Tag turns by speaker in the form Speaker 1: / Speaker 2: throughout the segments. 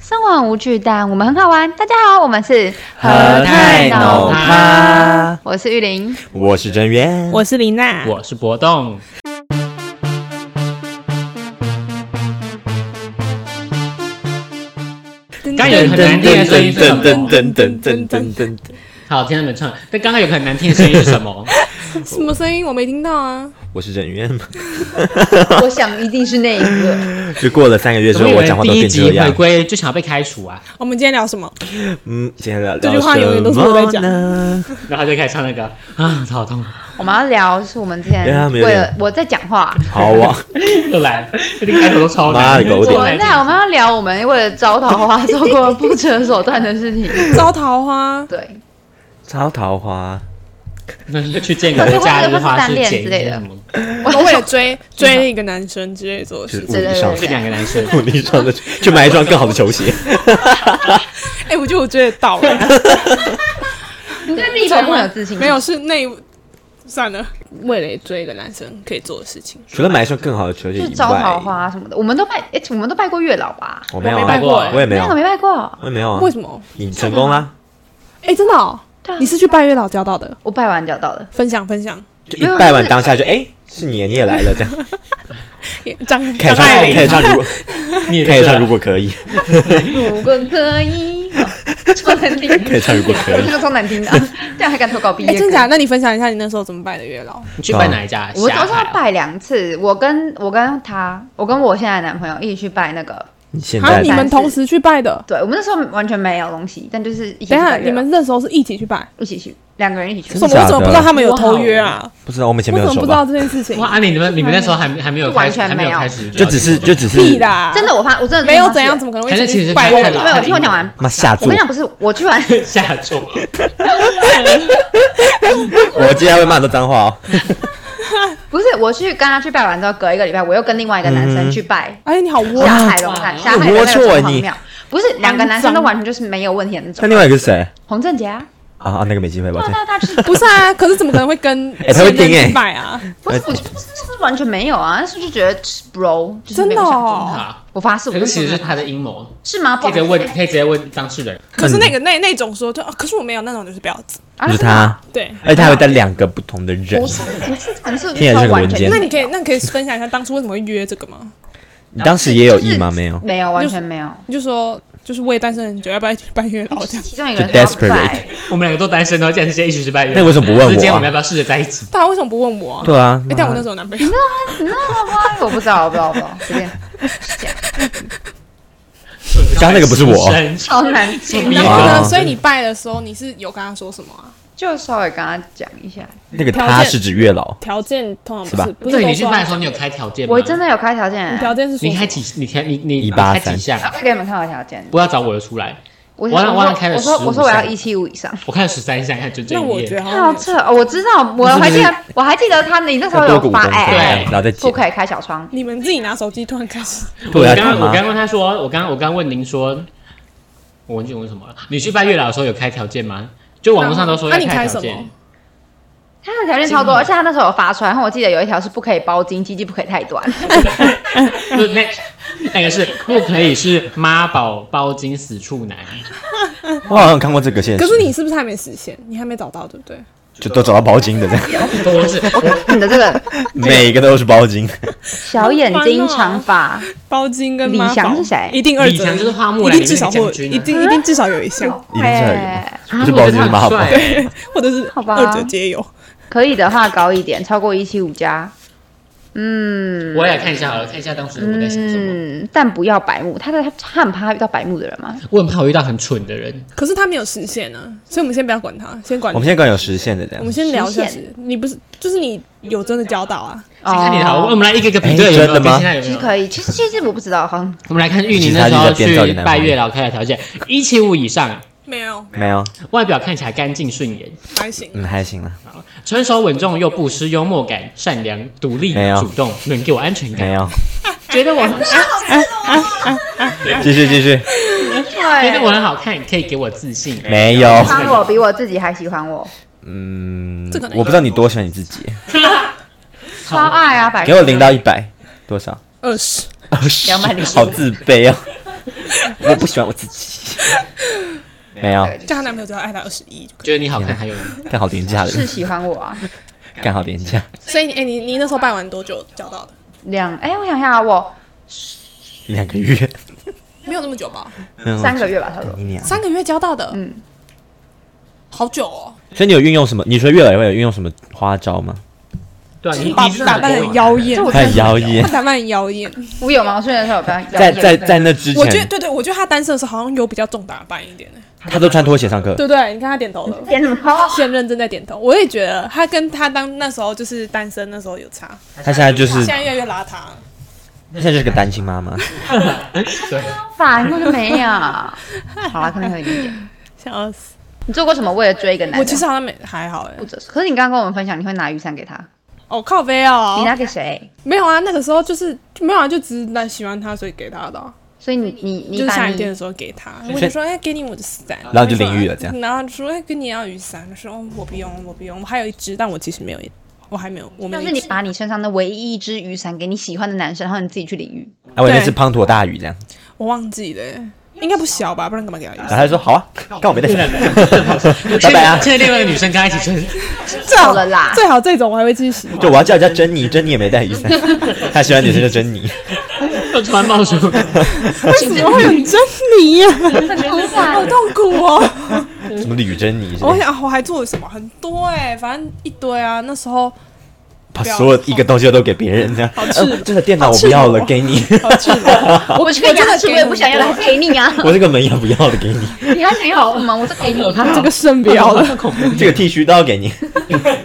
Speaker 1: 生活很无趣，但我们很好玩。大家好，我们是
Speaker 2: 和泰脑趴，
Speaker 1: 我是玉玲。
Speaker 3: 我是真源，
Speaker 4: 我是林娜，
Speaker 2: 我是博栋，刚有很难听的声音是什
Speaker 3: 噔
Speaker 2: 么？
Speaker 3: 噔噔噔噔噔噔，
Speaker 2: 好，听他们唱。但刚刚有很难听的声音是什么？
Speaker 4: 什么声音？我没听到啊！
Speaker 3: 我是真源。
Speaker 1: 我想一定是那一个。
Speaker 3: 就过了三个月之
Speaker 2: 总
Speaker 3: 后，
Speaker 2: 以
Speaker 3: 我
Speaker 2: 为
Speaker 3: 讲话都
Speaker 2: 第一
Speaker 3: 变
Speaker 2: 集
Speaker 3: 这
Speaker 2: 回
Speaker 3: 样。
Speaker 2: 归就想要被开除啊，
Speaker 4: 我们今天聊什么？
Speaker 3: 嗯，今天聊
Speaker 4: 这句话永远都是我在
Speaker 3: 聊
Speaker 4: 讲
Speaker 3: 什么呢
Speaker 2: 然后就开始唱那个啊，好痛，
Speaker 1: 我们要聊是我们之前
Speaker 3: 对他啊们有
Speaker 1: 为
Speaker 3: 点
Speaker 1: 了我在讲话，
Speaker 3: 好啊，
Speaker 2: 又来了，这个开头都超
Speaker 3: 妈的
Speaker 2: 难听。
Speaker 3: 狗
Speaker 1: 我们
Speaker 3: 点
Speaker 2: 超难听
Speaker 1: 在我们要聊我们为了招桃花 做过不择手段的 事情。
Speaker 4: 招桃花，
Speaker 1: 对，
Speaker 3: 招桃花，
Speaker 2: 那就去见个假日花是剪一些什么？
Speaker 4: 我为了 追追了一个男生之类的做的
Speaker 3: 就
Speaker 4: 事
Speaker 3: 是
Speaker 4: 情。
Speaker 3: 物理上
Speaker 2: 这
Speaker 3: 的，
Speaker 2: 两个男生，
Speaker 3: 物理上的，去买一双更好的球鞋。
Speaker 4: 哎、我觉得我追得到了，
Speaker 1: 你对自己头部很有自信？
Speaker 4: 没有，是那算了，为了追一个男生可以做的事情。
Speaker 3: 除了买一双更好的球鞋
Speaker 1: 就是
Speaker 3: 以
Speaker 1: 招桃
Speaker 3: 外，
Speaker 1: 花什么的。我们都拜，哎、我们都拜过月老吧？
Speaker 3: 我没有
Speaker 4: 我没
Speaker 3: 啊
Speaker 4: 拜过，
Speaker 3: 我也没有
Speaker 1: 那个，没拜过。
Speaker 3: 我也没有啊
Speaker 4: 为。什么？
Speaker 3: 你成功啦，
Speaker 4: 哎、真的、哦
Speaker 1: 对啊
Speaker 4: 你是去拜月老交到的？
Speaker 1: 我拜完找到的。
Speaker 4: 分享分享，
Speaker 3: 就一拜完当下就哎，是你，你也来了，这样
Speaker 4: 张
Speaker 3: 开
Speaker 4: 张
Speaker 3: 始唱
Speaker 4: 爱
Speaker 2: 玲
Speaker 3: 开始唱，如果
Speaker 2: 你
Speaker 3: 开始唱，
Speaker 2: 的
Speaker 3: 如果可以，
Speaker 1: 如果可以，哦超难听。
Speaker 3: 开始唱，如果 可
Speaker 1: 这
Speaker 3: 以，
Speaker 1: 个超难听的，这样还敢投稿毕
Speaker 4: 哎、
Speaker 1: 业？
Speaker 4: 真假？那你分享一下你那时候怎么拜的月老？
Speaker 2: 你去拜哪一家？
Speaker 1: 我
Speaker 2: 下
Speaker 1: 早上
Speaker 2: 海啊
Speaker 1: 拜两次，我跟我跟他，我跟我现在的男朋友一起去拜那个，
Speaker 3: 你现
Speaker 4: 啊，
Speaker 3: 在
Speaker 4: 你们同时去拜的？
Speaker 1: 对我们那时候完全没有东西，但就是一起去
Speaker 4: 等一下，
Speaker 1: 拜月
Speaker 4: 你
Speaker 1: 老
Speaker 4: 们那时候是一起去拜？
Speaker 1: 一起去，两个人一起去
Speaker 4: 什
Speaker 3: 真的
Speaker 4: 么？
Speaker 3: 假
Speaker 4: 我
Speaker 3: 的
Speaker 4: 怎么不知道他们有偷约啊？
Speaker 3: 不知道我们以前
Speaker 4: 我
Speaker 3: 没有
Speaker 4: 怎么
Speaker 3: 手
Speaker 4: 不知
Speaker 3: 吧
Speaker 4: 道？这件事情？
Speaker 2: 哇，阿玲，你们你们那时候还没还没有
Speaker 1: 就完
Speaker 2: 开始，
Speaker 1: 全
Speaker 2: 还
Speaker 1: 没
Speaker 2: 有
Speaker 1: 有
Speaker 2: 开始，
Speaker 3: 就只是就只是
Speaker 4: 屁啦！
Speaker 1: 真的，我怕我真的
Speaker 4: 没有
Speaker 1: 真的
Speaker 4: 怎
Speaker 1: 发
Speaker 4: 样，
Speaker 1: 现
Speaker 4: 怎么可能
Speaker 2: 还
Speaker 4: 会
Speaker 2: 是
Speaker 4: 一
Speaker 2: 其
Speaker 4: 起
Speaker 2: 实
Speaker 4: 去
Speaker 2: 是
Speaker 4: 拜
Speaker 2: 太
Speaker 4: 月
Speaker 2: 太
Speaker 4: 老
Speaker 2: 老？
Speaker 1: 没有，听我讲
Speaker 2: 嗯
Speaker 1: 完。
Speaker 3: 妈下
Speaker 1: 我
Speaker 3: 注
Speaker 1: 跟你，讲，不是我去完，
Speaker 2: 下注，
Speaker 3: 我今天会骂的脏话哦。
Speaker 1: 不是我去跟他去拜完之后，隔一个礼拜我又跟另外一个男
Speaker 2: 嗯
Speaker 1: 生去拜
Speaker 4: 哎，你好窝
Speaker 1: 霞海龙潭，
Speaker 2: 哇
Speaker 1: 霞海
Speaker 3: 很
Speaker 1: 的那
Speaker 3: 龌
Speaker 1: 个
Speaker 3: 龊欸
Speaker 1: 城隍
Speaker 3: 你
Speaker 1: 庙，不是两个男生都完全就是没有问题的那
Speaker 3: 那
Speaker 2: 嗯
Speaker 1: 种。
Speaker 3: 另外一个是谁？
Speaker 1: 洪正杰啊，
Speaker 3: 啊啊，那个没机会，抱
Speaker 1: 那
Speaker 3: 歉。
Speaker 1: 那他就是
Speaker 4: 不是啊，可是怎么可能会跟
Speaker 3: 哎他会盯哎
Speaker 4: 去拜啊？
Speaker 1: 不是，我就不是不是完全没有啊，但是就觉得 bro 就是没有
Speaker 4: 真的
Speaker 1: 想
Speaker 4: 哦
Speaker 1: 中
Speaker 2: 啊
Speaker 1: 我发誓，我
Speaker 2: 可
Speaker 1: 不
Speaker 2: 是其实是
Speaker 1: 想
Speaker 2: 他的阴谋，
Speaker 1: 是吗？不
Speaker 2: 可以
Speaker 1: 好意
Speaker 2: 直接
Speaker 1: 思
Speaker 2: 问，可以直接问当事人。
Speaker 4: 可是那
Speaker 3: 嗯
Speaker 4: 个那那种说，就啊，可是我没有那种就是不要子。
Speaker 1: 啊
Speaker 3: 就是
Speaker 1: 真的吗
Speaker 3: 他，
Speaker 4: 对，
Speaker 3: 而且他会带两个不同的人
Speaker 1: 不。是不是，可能是
Speaker 3: 听起来是个
Speaker 1: 完
Speaker 3: 文
Speaker 1: 全
Speaker 3: 件
Speaker 4: 那你可以那你可以分享一下当初为什么会约这个吗？
Speaker 3: 你当时也有意吗？
Speaker 1: 就是
Speaker 3: 没有，
Speaker 1: 没有，完全没有。
Speaker 4: 你就说就是为单身很久，要不要一起去拜月老这样？
Speaker 1: 其中一个人
Speaker 3: 就
Speaker 1: 说不
Speaker 3: desperate
Speaker 1: 在，
Speaker 2: 我们两个都单身，然后竟然是一起去拜月老，
Speaker 3: 那为什么不问我啊
Speaker 2: 可是今天我们要不要试着在一起？
Speaker 4: 对啊，为什么不问我啊？
Speaker 3: 对啊
Speaker 4: 哎，但我那时候有男朋友，
Speaker 1: 你知道吗？我不知道，我不知道，我不知道，随便，
Speaker 3: 刚刚那个不是我哦
Speaker 2: 人生
Speaker 1: 超难听啊
Speaker 2: 逼
Speaker 4: 然
Speaker 1: 的。
Speaker 4: 后
Speaker 3: 哇
Speaker 4: 呢？ 所以你拜的时候，你是有跟他说什么啊？
Speaker 1: 就稍微跟他讲一下，
Speaker 3: 那个他是指月老，
Speaker 4: 条件通
Speaker 3: 是吧
Speaker 4: 常不是，不
Speaker 2: 对，
Speaker 4: 是
Speaker 2: 你
Speaker 4: 都
Speaker 2: 去
Speaker 4: 说
Speaker 2: 拜的时候，你有开条件吗？
Speaker 1: 我真的有开条件
Speaker 4: 你，条件是说
Speaker 2: 你开
Speaker 4: 什
Speaker 2: 几？你开你你你
Speaker 3: 183
Speaker 2: 开几项啊？
Speaker 1: 我给你们看我条件。
Speaker 2: 不要找我的出来，
Speaker 1: 我
Speaker 2: 我让我让
Speaker 1: 我
Speaker 2: 开了
Speaker 1: 我说
Speaker 2: 15
Speaker 1: 我说我要
Speaker 2: 项
Speaker 1: 一七五以上。哦
Speaker 2: 我看十三项，看整整
Speaker 4: 么那
Speaker 2: 一
Speaker 4: 我
Speaker 2: 页
Speaker 4: 觉得好像
Speaker 1: 好
Speaker 4: 没有
Speaker 1: 扯，我知道，我还记得，我还记得他，你那时候
Speaker 3: 多个
Speaker 1: 有
Speaker 3: 五
Speaker 1: 发
Speaker 3: 公分，
Speaker 1: 哎，
Speaker 2: 对
Speaker 3: 然后再
Speaker 1: 不
Speaker 3: 剪。
Speaker 1: 可以开小窗。
Speaker 4: 你们自己拿手机突然开始，
Speaker 3: 对
Speaker 2: 我
Speaker 3: 啊，干
Speaker 2: 刚刚我
Speaker 3: 嘛
Speaker 2: 刚？问他说，我刚我刚问您说，我忘记问什么了。你去拜月老的时候有开条件吗？就网络上都说要
Speaker 4: 那你开
Speaker 2: 条
Speaker 4: 什
Speaker 2: 件
Speaker 4: 么，
Speaker 1: 他的条件超多，而且他那时候有发出来，然后我记得有一条是不可以包茎，鸡鸡不可以太 短。
Speaker 2: 不那那个是不可以是妈宝包金死处男，
Speaker 3: 我好像看过这个现实，
Speaker 4: 可是你是不是还没实现？你还没找到，对不对？
Speaker 3: 就都找到包金的这样，
Speaker 2: 都 是
Speaker 1: 你的这个
Speaker 3: 每个都是包金。
Speaker 1: 小眼睛长发，
Speaker 4: 包金跟
Speaker 1: 李
Speaker 4: 妈宝
Speaker 1: 翔是谁
Speaker 4: 一定二
Speaker 2: 李
Speaker 4: 者
Speaker 2: 翔就是花木
Speaker 4: 一
Speaker 2: 兰
Speaker 4: 定至少
Speaker 2: 里面
Speaker 4: 会
Speaker 2: 的将军啊
Speaker 4: 一定一定至少有一 项，
Speaker 3: 一定是有
Speaker 1: 哎
Speaker 2: 啊
Speaker 3: 不是包金是妈宝
Speaker 2: 他。很帅欸
Speaker 4: 或者是
Speaker 1: 好吧
Speaker 4: 二者皆有。
Speaker 1: 可以的话高一点，超过一七五加。嗯
Speaker 2: 我也看一下好了，看一下当时我在想什么。
Speaker 1: 嗯，但不要白目。他的他很怕遇到白目的人嘛。
Speaker 2: 我很怕我遇到很蠢的人，
Speaker 4: 可是他没有实现呢，所以我们先不要管他，先管
Speaker 3: 我们现在刚有实现的这
Speaker 4: 我
Speaker 3: 样
Speaker 4: 们，先聊一下
Speaker 1: 实现
Speaker 4: 是，你不是就是你有真的交到啊？
Speaker 2: 先看你的好，我，们来一个一个比对
Speaker 3: 哎
Speaker 2: 有没有？
Speaker 3: 真的吗
Speaker 2: 现在有
Speaker 1: 哦其
Speaker 2: 没
Speaker 1: 实
Speaker 2: 有？
Speaker 1: 可以，其实其实我不知道，好 像
Speaker 2: 我们来看玉宁那时候去拜月老开的条件：一七五以上，啊
Speaker 4: 没有，
Speaker 3: 没有，
Speaker 2: 外表看起来干净顺眼，
Speaker 4: 还行。
Speaker 3: 嗯，还行了，
Speaker 2: 成熟稳重又不失幽默感，善良、独立
Speaker 3: 没、有
Speaker 2: 主动，能给我安全
Speaker 3: 没
Speaker 2: 感。
Speaker 3: 有。
Speaker 2: 觉得我很
Speaker 3: 继续继续，
Speaker 2: 觉得
Speaker 1: 对
Speaker 2: 哎我很好看，可以给我自信。
Speaker 3: 没有。
Speaker 1: 喜欢我比我自己还喜欢我，
Speaker 3: 嗯
Speaker 4: 这个，呢
Speaker 3: 我不知道你多喜欢你自己，
Speaker 1: 超爱啊！百
Speaker 3: 给我零到一百，多少？
Speaker 1: 啊
Speaker 4: 二十，
Speaker 3: 二十
Speaker 1: 205啊
Speaker 3: 好自卑哦。 我不喜欢我自 己。没有，
Speaker 4: 叫她男朋友只要爱她二十一就可
Speaker 2: 觉得你好看还有人
Speaker 3: 干好廉价的
Speaker 1: 是
Speaker 3: 人，
Speaker 1: 喜欢我啊。
Speaker 3: 干好廉价，
Speaker 4: 以。所以你哎、你你那时候办完多久交到的？
Speaker 1: 两哎、我想想啊，我
Speaker 3: 两个月，
Speaker 4: 没有那么久吧，
Speaker 3: 嗯
Speaker 1: 三个月吧，差不多。
Speaker 3: 你娘。
Speaker 4: 三个月交到的，
Speaker 1: 嗯，
Speaker 4: 好久哦。
Speaker 3: 所以你有运用什么？你说月老会有运用什么花招吗？
Speaker 2: 对啊，你
Speaker 4: 把
Speaker 2: 你是
Speaker 4: 打扮的妖艳
Speaker 1: 这，我
Speaker 3: 太妖艳
Speaker 4: 她，打扮很妖艳。
Speaker 1: 我有毛顺的时候有表演，
Speaker 3: 在在在那之
Speaker 4: 我觉得
Speaker 3: 前，
Speaker 4: 对对，我觉得她单身的时候好像有比较重打扮一点呢，
Speaker 3: 他都穿拖鞋上课。
Speaker 4: 对不对？你看她点 头了，
Speaker 1: 点 什么？
Speaker 4: 现任正在点头。我也觉得她跟她当那时候就是单身那时候有差，
Speaker 3: 他现在就是
Speaker 4: 现在越来越邋遢。
Speaker 3: 现在就是个单亲妈啊妈，
Speaker 2: 哎
Speaker 1: 反应就没有。好啦，可能有一点点。
Speaker 4: 想要死！
Speaker 1: 你做过什么为了追一个男的？
Speaker 4: 我其实好像没还好哎
Speaker 1: 不，择手可是你刚刚跟我们分享，你会拿雨伞给他，
Speaker 4: 哦靠背哦，
Speaker 1: 你拿给谁？
Speaker 4: 没有啊，那个时候就是没有啊，就只是那喜欢他，所以给他的啊、
Speaker 1: 所以你你
Speaker 4: 就
Speaker 1: 你
Speaker 4: 是
Speaker 1: 把
Speaker 4: 下雨天的
Speaker 1: 你
Speaker 4: 时候给他。我就说，哎、给你我的伞，
Speaker 3: 然后就淋雨了这样
Speaker 4: 然后说，哎、给你要雨伞，我说、哦我不用，我不用，我还有一只，但我其实没有一，我还没有，我没
Speaker 1: 那
Speaker 4: 有
Speaker 1: 是
Speaker 4: 一
Speaker 1: 你
Speaker 4: 只。
Speaker 1: 把你身上的唯一一只雨伞给你喜欢的男生，然后你自己去淋雨。
Speaker 3: 啊，我以为那是滂沱大雨这样。
Speaker 4: 我忘记了、欸应该不小吧，不然干嘛给他雨
Speaker 3: 然后
Speaker 4: 伞？
Speaker 3: 他就说好啊，刚我没带伞，拜
Speaker 2: 现
Speaker 3: 拜
Speaker 2: 在
Speaker 3: 啊。
Speaker 2: 现在另外一个女生跟她一起穿，
Speaker 4: 最
Speaker 1: 好了啦
Speaker 4: 最好这种我还会继续洗。
Speaker 3: 就我要叫人家珍妮，珍妮也没带 雨伞，他喜欢女生叫珍妮，
Speaker 2: 要穿帽 子，
Speaker 4: 为什么会有珍 妮呀、好痛苦哦！
Speaker 3: 什么吕珍妮之
Speaker 4: 我
Speaker 3: 类的，
Speaker 4: 想、啊我还做了什么？很多哎、反正一堆啊。那时候
Speaker 3: 把所有一个东西都给别人这样。
Speaker 4: 好赤裸
Speaker 3: 呃这个电脑我不要了，给 你；
Speaker 4: 好气的，
Speaker 1: 我不是跟你讲，是我也不想要的，还是给你 啊？
Speaker 3: 我这个门也不要了，给你；
Speaker 1: 你还想要我吗？我是给你。
Speaker 4: 这个肾不要了。
Speaker 2: 恐怖
Speaker 3: 这个剃须刀给你。
Speaker 4: 哎、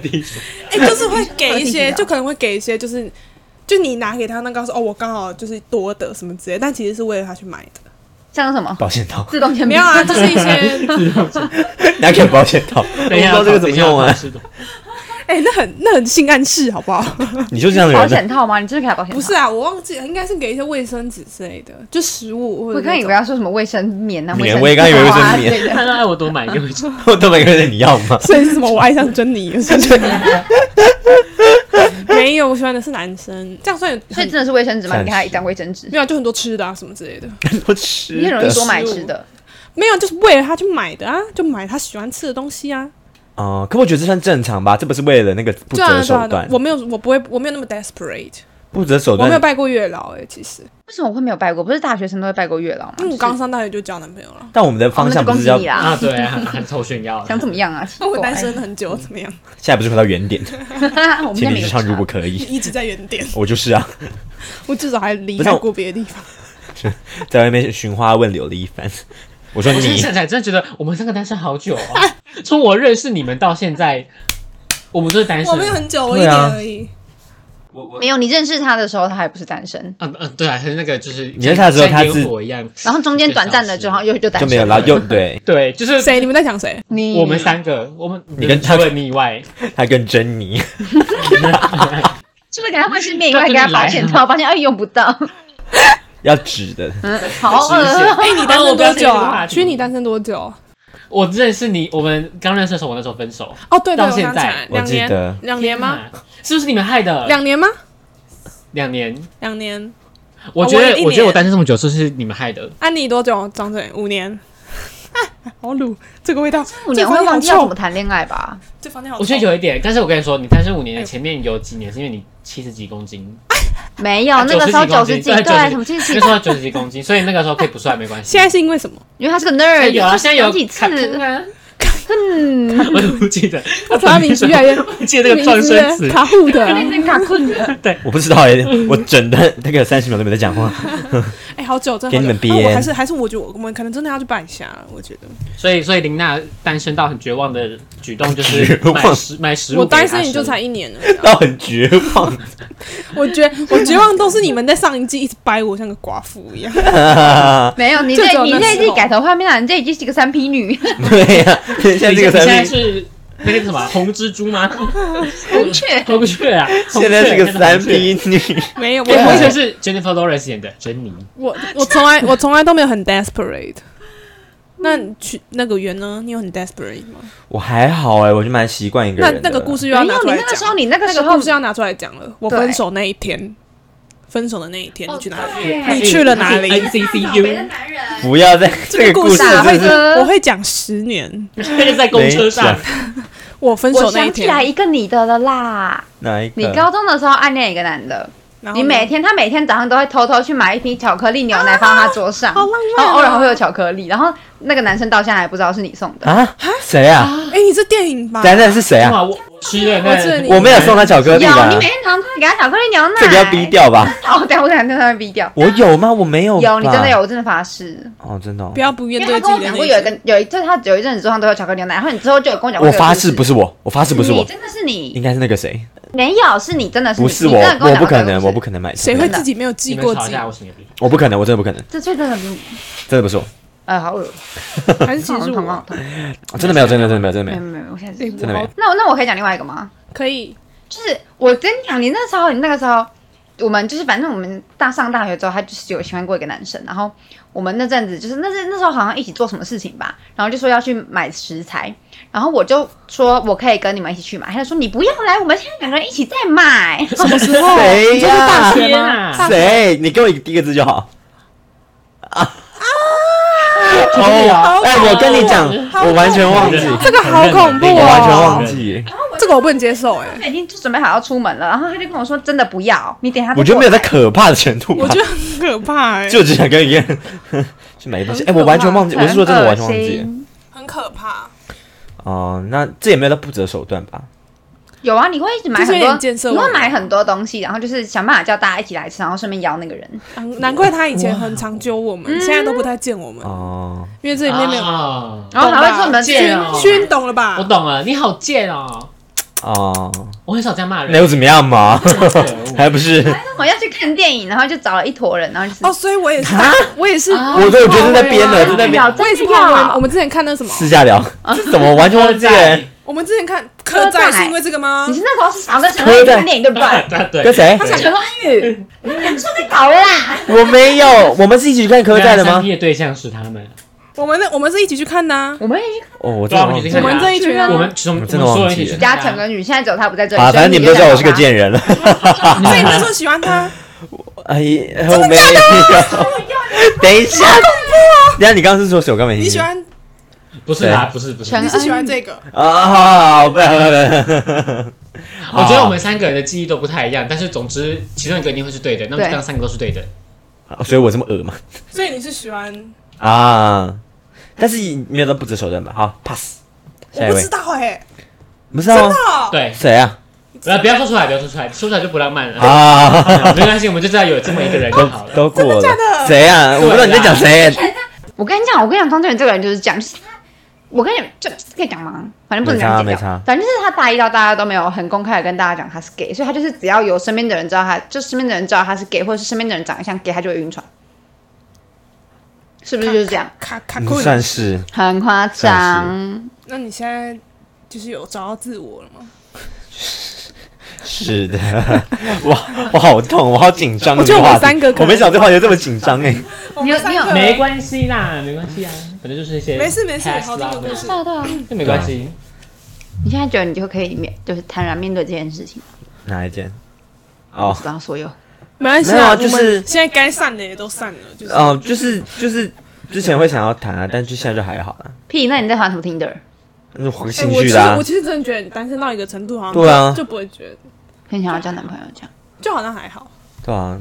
Speaker 4: 就是会给一
Speaker 1: 我
Speaker 4: 些，
Speaker 1: 听到
Speaker 4: 就可能会给一些，就是就你拿给他那个说哦，我刚好就是多的什么之类，但其实是为了他去买的。
Speaker 1: 像什么
Speaker 3: 保险套，
Speaker 1: 自动铅笔？
Speaker 4: 没有啊，就是一 些
Speaker 3: 拿给保险 套，我不
Speaker 2: 等一
Speaker 3: 知
Speaker 2: 下
Speaker 3: 道这个怎么用啊？
Speaker 2: 等一下
Speaker 4: 哎、那很那很性暗示，好不好？
Speaker 3: 你就这样的
Speaker 1: 保
Speaker 3: 人呢，
Speaker 1: 险套吗？你真的给他保险套？
Speaker 4: 不是，啊，我忘记了，应该是给一些卫生纸之类的，就食物或
Speaker 1: 我
Speaker 4: 者
Speaker 1: 刚
Speaker 4: 那
Speaker 1: 以
Speaker 4: 种
Speaker 1: 为要说什么卫生棉啊，
Speaker 3: 棉
Speaker 1: 生
Speaker 3: 我也刚以为卫生
Speaker 1: 纸啊
Speaker 3: 棉
Speaker 1: 之类的
Speaker 2: 看到爱我多买一个回去，
Speaker 3: 我都没跟人你要吗？
Speaker 4: 所以是什么？我爱上珍妮，是不是？ 没有，我喜欢的是男生，这样算有
Speaker 1: 所以
Speaker 4: 很
Speaker 1: 真的是卫生纸吗？
Speaker 3: 暂时
Speaker 1: 你给他一张卫生纸，
Speaker 4: 没有，就很多吃的啊什么之类的，
Speaker 3: 多吃
Speaker 1: 你很容易
Speaker 3: 的
Speaker 1: 多买吃的。
Speaker 4: 没有，就是为了他去买的啊，就买他喜欢吃的东西啊。
Speaker 3: 哦，可我觉得这算正常吧，这不是为了那个不
Speaker 4: 对啊
Speaker 3: 择
Speaker 4: 对啊
Speaker 3: 手
Speaker 4: 对啊
Speaker 3: 段，，
Speaker 4: 我没有，我不会，我没有那么 desperate。
Speaker 3: 不择手
Speaker 4: 我没有
Speaker 3: 段。
Speaker 4: 拜过月老哎、其实，
Speaker 1: 为什么我会没有拜过？不是大学生都会拜过月老吗？
Speaker 4: 因为
Speaker 1: 就
Speaker 4: 我
Speaker 1: 是
Speaker 4: 刚上大学就交男朋友了。
Speaker 3: 但我们的方向
Speaker 1: 哦那就
Speaker 3: 不
Speaker 1: 恭
Speaker 3: 是
Speaker 1: 喜
Speaker 3: 要，
Speaker 1: 你
Speaker 3: 现
Speaker 1: 啦！
Speaker 2: 啊，对啊，很臭炫耀的，
Speaker 1: 想怎么样啊？奇
Speaker 4: 我嗯
Speaker 1: 怪
Speaker 4: 单，身很久，怎么样？
Speaker 3: 在不是回到原点，
Speaker 1: 我们
Speaker 3: 情
Speaker 1: 家
Speaker 3: 侣
Speaker 1: 没
Speaker 3: 之
Speaker 1: 有
Speaker 3: 上如
Speaker 1: 差
Speaker 3: 果可以，
Speaker 4: 一直在原点，
Speaker 3: 我就是啊，
Speaker 4: 我至少还离
Speaker 3: 不是
Speaker 4: 开
Speaker 3: 我
Speaker 4: 过别的地方。
Speaker 3: 在外面寻花问柳了一 番。我说
Speaker 2: 我现在
Speaker 3: 你
Speaker 2: 想起来，真的觉得我们三个单身好久 啊！从我认识你们到现在，我们都是单身。
Speaker 4: 我没有很久，我一
Speaker 3: 对
Speaker 4: 年
Speaker 3: 啊
Speaker 4: 而已。
Speaker 1: 没有，你认识他的时候他还不是单身，
Speaker 2: 嗯嗯，对啊，是那个就是
Speaker 3: 你认识他的时候他
Speaker 2: 像
Speaker 3: 是
Speaker 2: 烟火一样，
Speaker 1: 然后中间短暂的
Speaker 2: 一
Speaker 1: 就
Speaker 2: 个小时
Speaker 1: 好像又就单
Speaker 3: 就
Speaker 1: 身
Speaker 3: 没有啦，
Speaker 1: 了。
Speaker 3: 又对
Speaker 2: 对，就是
Speaker 4: 谁？你们在讲谁？
Speaker 1: 你
Speaker 2: 我们三个，我们
Speaker 3: 你跟他
Speaker 2: 除了你以外，
Speaker 3: 他跟珍妮，
Speaker 1: 是不是给他换身边以外给他保险套，发现哎用不 到，
Speaker 3: 要指的，
Speaker 1: 嗯，好
Speaker 2: 是不是
Speaker 1: 饿。
Speaker 4: 哎、你单
Speaker 2: 我
Speaker 4: 身
Speaker 2: 不要
Speaker 4: 多
Speaker 2: 接这
Speaker 4: 久
Speaker 2: 个
Speaker 4: 啊？
Speaker 2: 话题
Speaker 4: 其实你单身多久？啊
Speaker 2: 我认识你，我们刚认识的时候，我那时候分手，
Speaker 4: 哦，对对，
Speaker 2: 到
Speaker 4: 我
Speaker 2: 现
Speaker 4: 想起
Speaker 2: 在
Speaker 4: 来，
Speaker 3: 我
Speaker 4: 两
Speaker 3: 记
Speaker 4: 年
Speaker 3: 得，
Speaker 4: 两年吗？
Speaker 2: 天哪？是不是你们害的？
Speaker 4: 两年吗？
Speaker 2: 两年，
Speaker 4: 两年。
Speaker 2: 我
Speaker 4: 哦
Speaker 2: 觉
Speaker 4: 我有一
Speaker 2: 得，我觉得
Speaker 4: 年
Speaker 2: 我单身这么久，是不是你们害的？
Speaker 4: 安妮多久？张嘴五年。 啊好卤，这个味道，
Speaker 1: 五
Speaker 4: 这
Speaker 1: 年
Speaker 4: 个房
Speaker 1: 会
Speaker 4: 间好
Speaker 1: 忘记要怎
Speaker 4: 臭
Speaker 1: 么。谈恋爱吧？
Speaker 4: 这房间好臭。
Speaker 2: 我觉得有一点，但是我跟你说，你单身五年的前面有几年是因为你七十几公斤，啊
Speaker 1: 没
Speaker 2: 哎
Speaker 1: 有，哦那个时候九十几，对，啊什么七十几
Speaker 2: 那时，哎候九十几公斤，所以那个时候可以不算没关系。
Speaker 4: 现在是因为什么？
Speaker 1: 因为他是个
Speaker 2: 哎
Speaker 1: nerd，
Speaker 2: 有啊，现在有
Speaker 1: 好几次
Speaker 2: 卡，通啊， 我都不记得，
Speaker 4: 我从他名字越来越，
Speaker 2: 我 记得那个撞生词，
Speaker 4: 卡户的啊。
Speaker 1: 真卡困的。
Speaker 3: 我不知 道哎，我整的那个三十秒都没在讲话，
Speaker 4: 哎、好久，真的好久。
Speaker 3: 给你们
Speaker 4: 那我
Speaker 3: 编
Speaker 4: 还是还是，我觉得我们可能真的要去办一下，我觉得。
Speaker 2: 所以所以林娜单身到很绝望的举动就是
Speaker 3: 绝望
Speaker 2: 买食买食物，
Speaker 4: 我单身也就才一年 了，
Speaker 3: 到很绝望。
Speaker 4: 我觉我绝望都是你们在上一季一直掰我像个寡妇一样。
Speaker 1: 没有，你
Speaker 4: 就只
Speaker 1: 这
Speaker 4: 有
Speaker 1: 你
Speaker 4: 那
Speaker 1: 这一
Speaker 4: 时
Speaker 1: 季
Speaker 4: 候
Speaker 1: 改头换面了，你这一季是个三 P 女，
Speaker 3: 对呀，现在这
Speaker 2: 你现
Speaker 3: 个
Speaker 2: 在
Speaker 3: 三
Speaker 2: 你现在
Speaker 3: P，
Speaker 2: 是那个什么啊红蜘蛛吗？
Speaker 1: 的确。
Speaker 2: 红雀啊，红 雀
Speaker 3: 现在是个三
Speaker 2: 红雀
Speaker 3: P 女。
Speaker 4: 没有，我
Speaker 2: 对，红雀
Speaker 4: 我
Speaker 2: 是 Jennifer Lawrence 演的珍妮，
Speaker 4: 我我从来我从来都没有很 desperate。那你去那个圆呢？你有很 desperate 吗？
Speaker 3: 我还好哎、我就蛮习惯一个
Speaker 4: 那
Speaker 3: 人的。
Speaker 4: 那个故事又
Speaker 1: 没有，你
Speaker 4: 要拿出来
Speaker 1: 那个时候，
Speaker 4: 讲，
Speaker 1: 你那个
Speaker 4: 那
Speaker 1: 时
Speaker 4: 个
Speaker 1: 候
Speaker 4: 故事要拿出来讲了。我分手那一天，分手的那一天，你去哪里？
Speaker 1: 对
Speaker 4: 你去了哪 里
Speaker 2: ？NCCU，
Speaker 5: 男人，
Speaker 3: 不要再这个故事
Speaker 1: 大
Speaker 3: 啊真
Speaker 1: 会
Speaker 3: 是
Speaker 1: 哥，
Speaker 4: 我啊会讲十年，
Speaker 2: 那个在公车上
Speaker 3: 没，
Speaker 4: 我分
Speaker 1: 我
Speaker 4: 手那一
Speaker 1: 想起
Speaker 4: 天
Speaker 1: 来，一个你的了啦，
Speaker 2: 嗯
Speaker 3: 哪一个？
Speaker 1: 你高中的时候暗恋一个男的，
Speaker 4: 然后
Speaker 1: 你每天他每天早上都会偷偷去买一瓶巧克力牛奶放到他桌上，
Speaker 4: 好浪漫哦
Speaker 1: 然后偶尔还会有巧克力，然后那个男生到现在还不知道是你送的，
Speaker 3: 啊？谁啊？
Speaker 4: 哎，你这电影吧？
Speaker 3: 咱那是谁啊？
Speaker 2: 哇，我我吃了那
Speaker 4: 我吃了
Speaker 2: 个，
Speaker 4: 你
Speaker 3: 我没有送他巧克
Speaker 1: 有
Speaker 3: 力
Speaker 1: 你
Speaker 3: 啦
Speaker 1: 每，天早上都会给他巧克力牛奶，
Speaker 3: 这个要逼。掉吧？
Speaker 1: 哦，对，我想跟他逼掉。
Speaker 3: 我有吗？我没有。
Speaker 1: 有，你真的有，？我真的发誓。
Speaker 3: 哦，真的哦
Speaker 4: 不。要不面
Speaker 1: 因为
Speaker 4: 对
Speaker 1: 他跟我
Speaker 4: 自己的
Speaker 1: 讲
Speaker 4: 那
Speaker 1: 过
Speaker 4: 一
Speaker 1: 有一
Speaker 4: 天
Speaker 1: 个有一，就是他有一阵子桌上都有巧克力牛奶，然后你之后就有跟我讲过
Speaker 3: 我
Speaker 1: 这个故
Speaker 3: 发
Speaker 1: 事，
Speaker 3: 誓不是我，我发誓不是
Speaker 1: 你
Speaker 3: 我，
Speaker 1: 真的是
Speaker 3: 应
Speaker 1: 你，
Speaker 3: 该是那个谁，
Speaker 1: 没有是你，真的是你
Speaker 3: 不是
Speaker 1: 你
Speaker 3: 我，
Speaker 1: 真的跟
Speaker 3: 我
Speaker 1: 讲过
Speaker 3: 不
Speaker 1: 这
Speaker 3: 可
Speaker 1: 个
Speaker 3: 能，
Speaker 1: 故
Speaker 3: 我
Speaker 1: 事
Speaker 3: 不可能买
Speaker 4: 谁
Speaker 3: 谁，
Speaker 4: 会自己没有
Speaker 2: 你
Speaker 4: 记过
Speaker 2: 们吵
Speaker 4: 自
Speaker 2: 一
Speaker 4: 己
Speaker 2: 下，？我请你闭
Speaker 3: 我不可能，我真的不可能，
Speaker 1: 这最真的不，
Speaker 3: 真的不是我，
Speaker 1: 呃，好恶心，
Speaker 4: 还是其
Speaker 1: 好
Speaker 4: 实是
Speaker 1: 痛，好
Speaker 4: 我
Speaker 1: 痛，
Speaker 3: 啊真的没有，真的真的没有，真的
Speaker 1: 没有
Speaker 3: 没有，
Speaker 1: 没有，没有我现在是
Speaker 4: 哎
Speaker 3: 真的没有。
Speaker 1: 那我那我可以讲另外一个吗？
Speaker 4: 可以
Speaker 1: 就是我跟你讲，你那时候，你那个时候，我们就是反正我们大上大学之后，他就是有喜欢过一个男生，然后我们那阵子就是那阵那时候好像一起做什么事情吧，然后就说要去买食材，然后我就说我可以跟你们一起去买，他就说你不要来，我们现在两个人一起再买。
Speaker 4: 什么时候？
Speaker 3: 谁
Speaker 4: 这是大
Speaker 3: 呀？
Speaker 4: 学
Speaker 2: 天
Speaker 4: 吗？
Speaker 2: 啊
Speaker 4: 大
Speaker 3: 谁？你给我一个第一个字就 好。啊！
Speaker 4: 好
Speaker 3: 哦，哎，我跟你讲，
Speaker 4: 好
Speaker 3: 我完全忘记，
Speaker 2: 好
Speaker 4: 这个好恐怖
Speaker 3: 我
Speaker 4: 哦
Speaker 3: 完全忘记，
Speaker 4: 这个我不能接受哎，
Speaker 1: 他已经就准备好要出门了，然后他就跟我说真的不要，你等 一下再
Speaker 3: 我觉得没有
Speaker 1: 过
Speaker 3: 在
Speaker 1: 来
Speaker 3: 可怕的程度
Speaker 4: 我
Speaker 3: 吧
Speaker 4: 觉，得很可怕哎，
Speaker 3: 就只想跟一个人 去买一东西。哎，我完全忘记，我是说真的，我完全忘记。
Speaker 1: 很恶心
Speaker 4: 很可怕，
Speaker 3: 哦，那这也没有到不择手段吧？
Speaker 1: 有啊，你会一直买
Speaker 4: 就是
Speaker 1: 很
Speaker 4: 有
Speaker 1: 多，
Speaker 4: 点建设
Speaker 1: 你
Speaker 4: 网
Speaker 1: 会买很多东西，然后就是想办法叫大家一起来吃，然后顺便邀那个人。
Speaker 4: 难难怪他以前很常揪我
Speaker 1: 嗯
Speaker 4: 们，现在都不太见我们，
Speaker 3: 哦，
Speaker 4: 因为这里面没有
Speaker 2: 哦
Speaker 1: 然后还会说你们
Speaker 2: 贱哦
Speaker 4: 熏懂了吧
Speaker 2: 我？懂了，你好贱哦！
Speaker 3: 哦，
Speaker 2: 我很少这样骂人，
Speaker 3: 那又怎么样嘛？
Speaker 2: 可恶
Speaker 3: 还不是
Speaker 1: 我哦要去看电影，然后就找了一坨人，然后就是哦
Speaker 4: 哦，所以我也是，我也是，
Speaker 3: 哦
Speaker 1: 啊
Speaker 3: 我都有觉得在编了，
Speaker 2: 啊
Speaker 3: 就在编。
Speaker 4: 我也是怕我们我们之前看那什么，
Speaker 3: 私下 聊，这怎么完全忘记了？
Speaker 4: 我们之前看刻在是因为这个吗
Speaker 1: 你？是那时候是想跟陈冠宇看电影对不 对？
Speaker 2: 对对，
Speaker 3: 跟谁？
Speaker 1: 他想陈冠宇，你说在搞了啦！
Speaker 3: 我没有，我们是一起去看科在的吗？
Speaker 2: 你 的对啊象是他们，
Speaker 4: 我们那我们是一起去看的啊，
Speaker 1: 我们也去
Speaker 3: 哦，我真的忘记
Speaker 2: 对
Speaker 4: 我
Speaker 2: 啊
Speaker 4: 们这一群啊
Speaker 2: 我，们从我
Speaker 3: 我
Speaker 2: 们
Speaker 3: 真的
Speaker 2: 所有
Speaker 3: 忘
Speaker 2: 人
Speaker 3: 记
Speaker 2: 一起去
Speaker 1: 加
Speaker 2: 看
Speaker 1: 陈冠宇，现在只有他不在这里，
Speaker 3: 哎啊，反正你们都知道我是个
Speaker 1: 人。
Speaker 3: 贱人了。
Speaker 4: 所以你那时候喜欢他，
Speaker 3: 哎，我没有。 等一下，等一下，你刚刚是说谁？我刚没听
Speaker 4: 你
Speaker 3: 清。
Speaker 4: 喜欢
Speaker 2: 不是啦，不是不是，
Speaker 1: 陈
Speaker 4: 你是喜欢这个，
Speaker 3: 啊？好，不要不要不要。
Speaker 2: 我觉得我们三个人的记忆都不太一样，但是总之其中一个一定会是对的，那么
Speaker 1: 对
Speaker 2: 就当三个都是对的。
Speaker 3: 所以我这么恶嘛？
Speaker 4: 所以你是喜欢，
Speaker 3: 啊，但是没有到不择手段吧？好，pass。下
Speaker 4: 我
Speaker 3: 一
Speaker 4: 不
Speaker 3: 位
Speaker 4: 知，道哎，
Speaker 3: 不知
Speaker 4: 真
Speaker 3: 道
Speaker 4: 的
Speaker 3: 吗？
Speaker 4: 哦，
Speaker 2: 对，
Speaker 3: 谁啊？
Speaker 2: 呃，不要说出来，不要说出来，说出来就不浪漫了。
Speaker 3: 啊，
Speaker 2: 没关系，我们就知道有这么一个人就好 了。
Speaker 3: 都过
Speaker 4: 真
Speaker 3: 了
Speaker 4: 的假的。
Speaker 3: 谁啊？我不知道你在 讲谁。
Speaker 1: 我跟你讲，我跟你讲，张志远这个人就是这样，就是他。我跟你就可以讲吗？反正不能讲剪
Speaker 3: 没差没
Speaker 1: 掉
Speaker 3: 差。
Speaker 1: 反正就是他大一到大二都没有很公开的跟大家讲他是 gay，所以他就是只要有身边的人知道他，就身边的人知道他是 gay，或者是身边的人长得像 gay，他就会晕船，是不是就是这样？
Speaker 4: 卡卡
Speaker 3: 嗯
Speaker 4: 库，
Speaker 3: 算是
Speaker 1: 很夸
Speaker 3: 算
Speaker 1: 张。
Speaker 4: 那你现在就是有找到自我了吗？
Speaker 3: 是的， 哇，我好痛，我好紧张。
Speaker 4: 我觉得
Speaker 3: 这
Speaker 4: 我们
Speaker 3: 话题
Speaker 4: 三个可能
Speaker 3: 我没想到这话题这么紧 张哎。
Speaker 1: 你有
Speaker 4: 我们三个
Speaker 1: 你有
Speaker 2: 没关系啦，没关系啊，反正就是一些
Speaker 4: 没事没事
Speaker 2: past
Speaker 4: 好这个故
Speaker 2: lovers，
Speaker 4: 事
Speaker 1: 对啊对啊，
Speaker 2: 这没关系。
Speaker 1: 你现在觉得你就可以面，就是坦然面对这件事情，
Speaker 3: 哪一件？
Speaker 1: 不
Speaker 3: 哦
Speaker 1: 知道所有。
Speaker 4: 没关系
Speaker 3: 没有
Speaker 4: 啊，
Speaker 3: 啊
Speaker 4: 我们
Speaker 3: 就是
Speaker 4: 现在该散的也都散了，就是
Speaker 3: 哦，就是就是之前会想要谈啊，但就现在就还好啦，
Speaker 1: 屁，那你在玩什么 Tinder？
Speaker 3: 那是黄
Speaker 4: 哎
Speaker 3: 兴
Speaker 4: 我其
Speaker 3: 趣
Speaker 4: 实
Speaker 3: 的啊
Speaker 4: 我。其实真的觉得你单身到一个程度，好像
Speaker 3: 对啊
Speaker 4: 就不会觉得，
Speaker 1: 很想要交男朋友这样。
Speaker 4: 就好像还好。
Speaker 3: 对啊，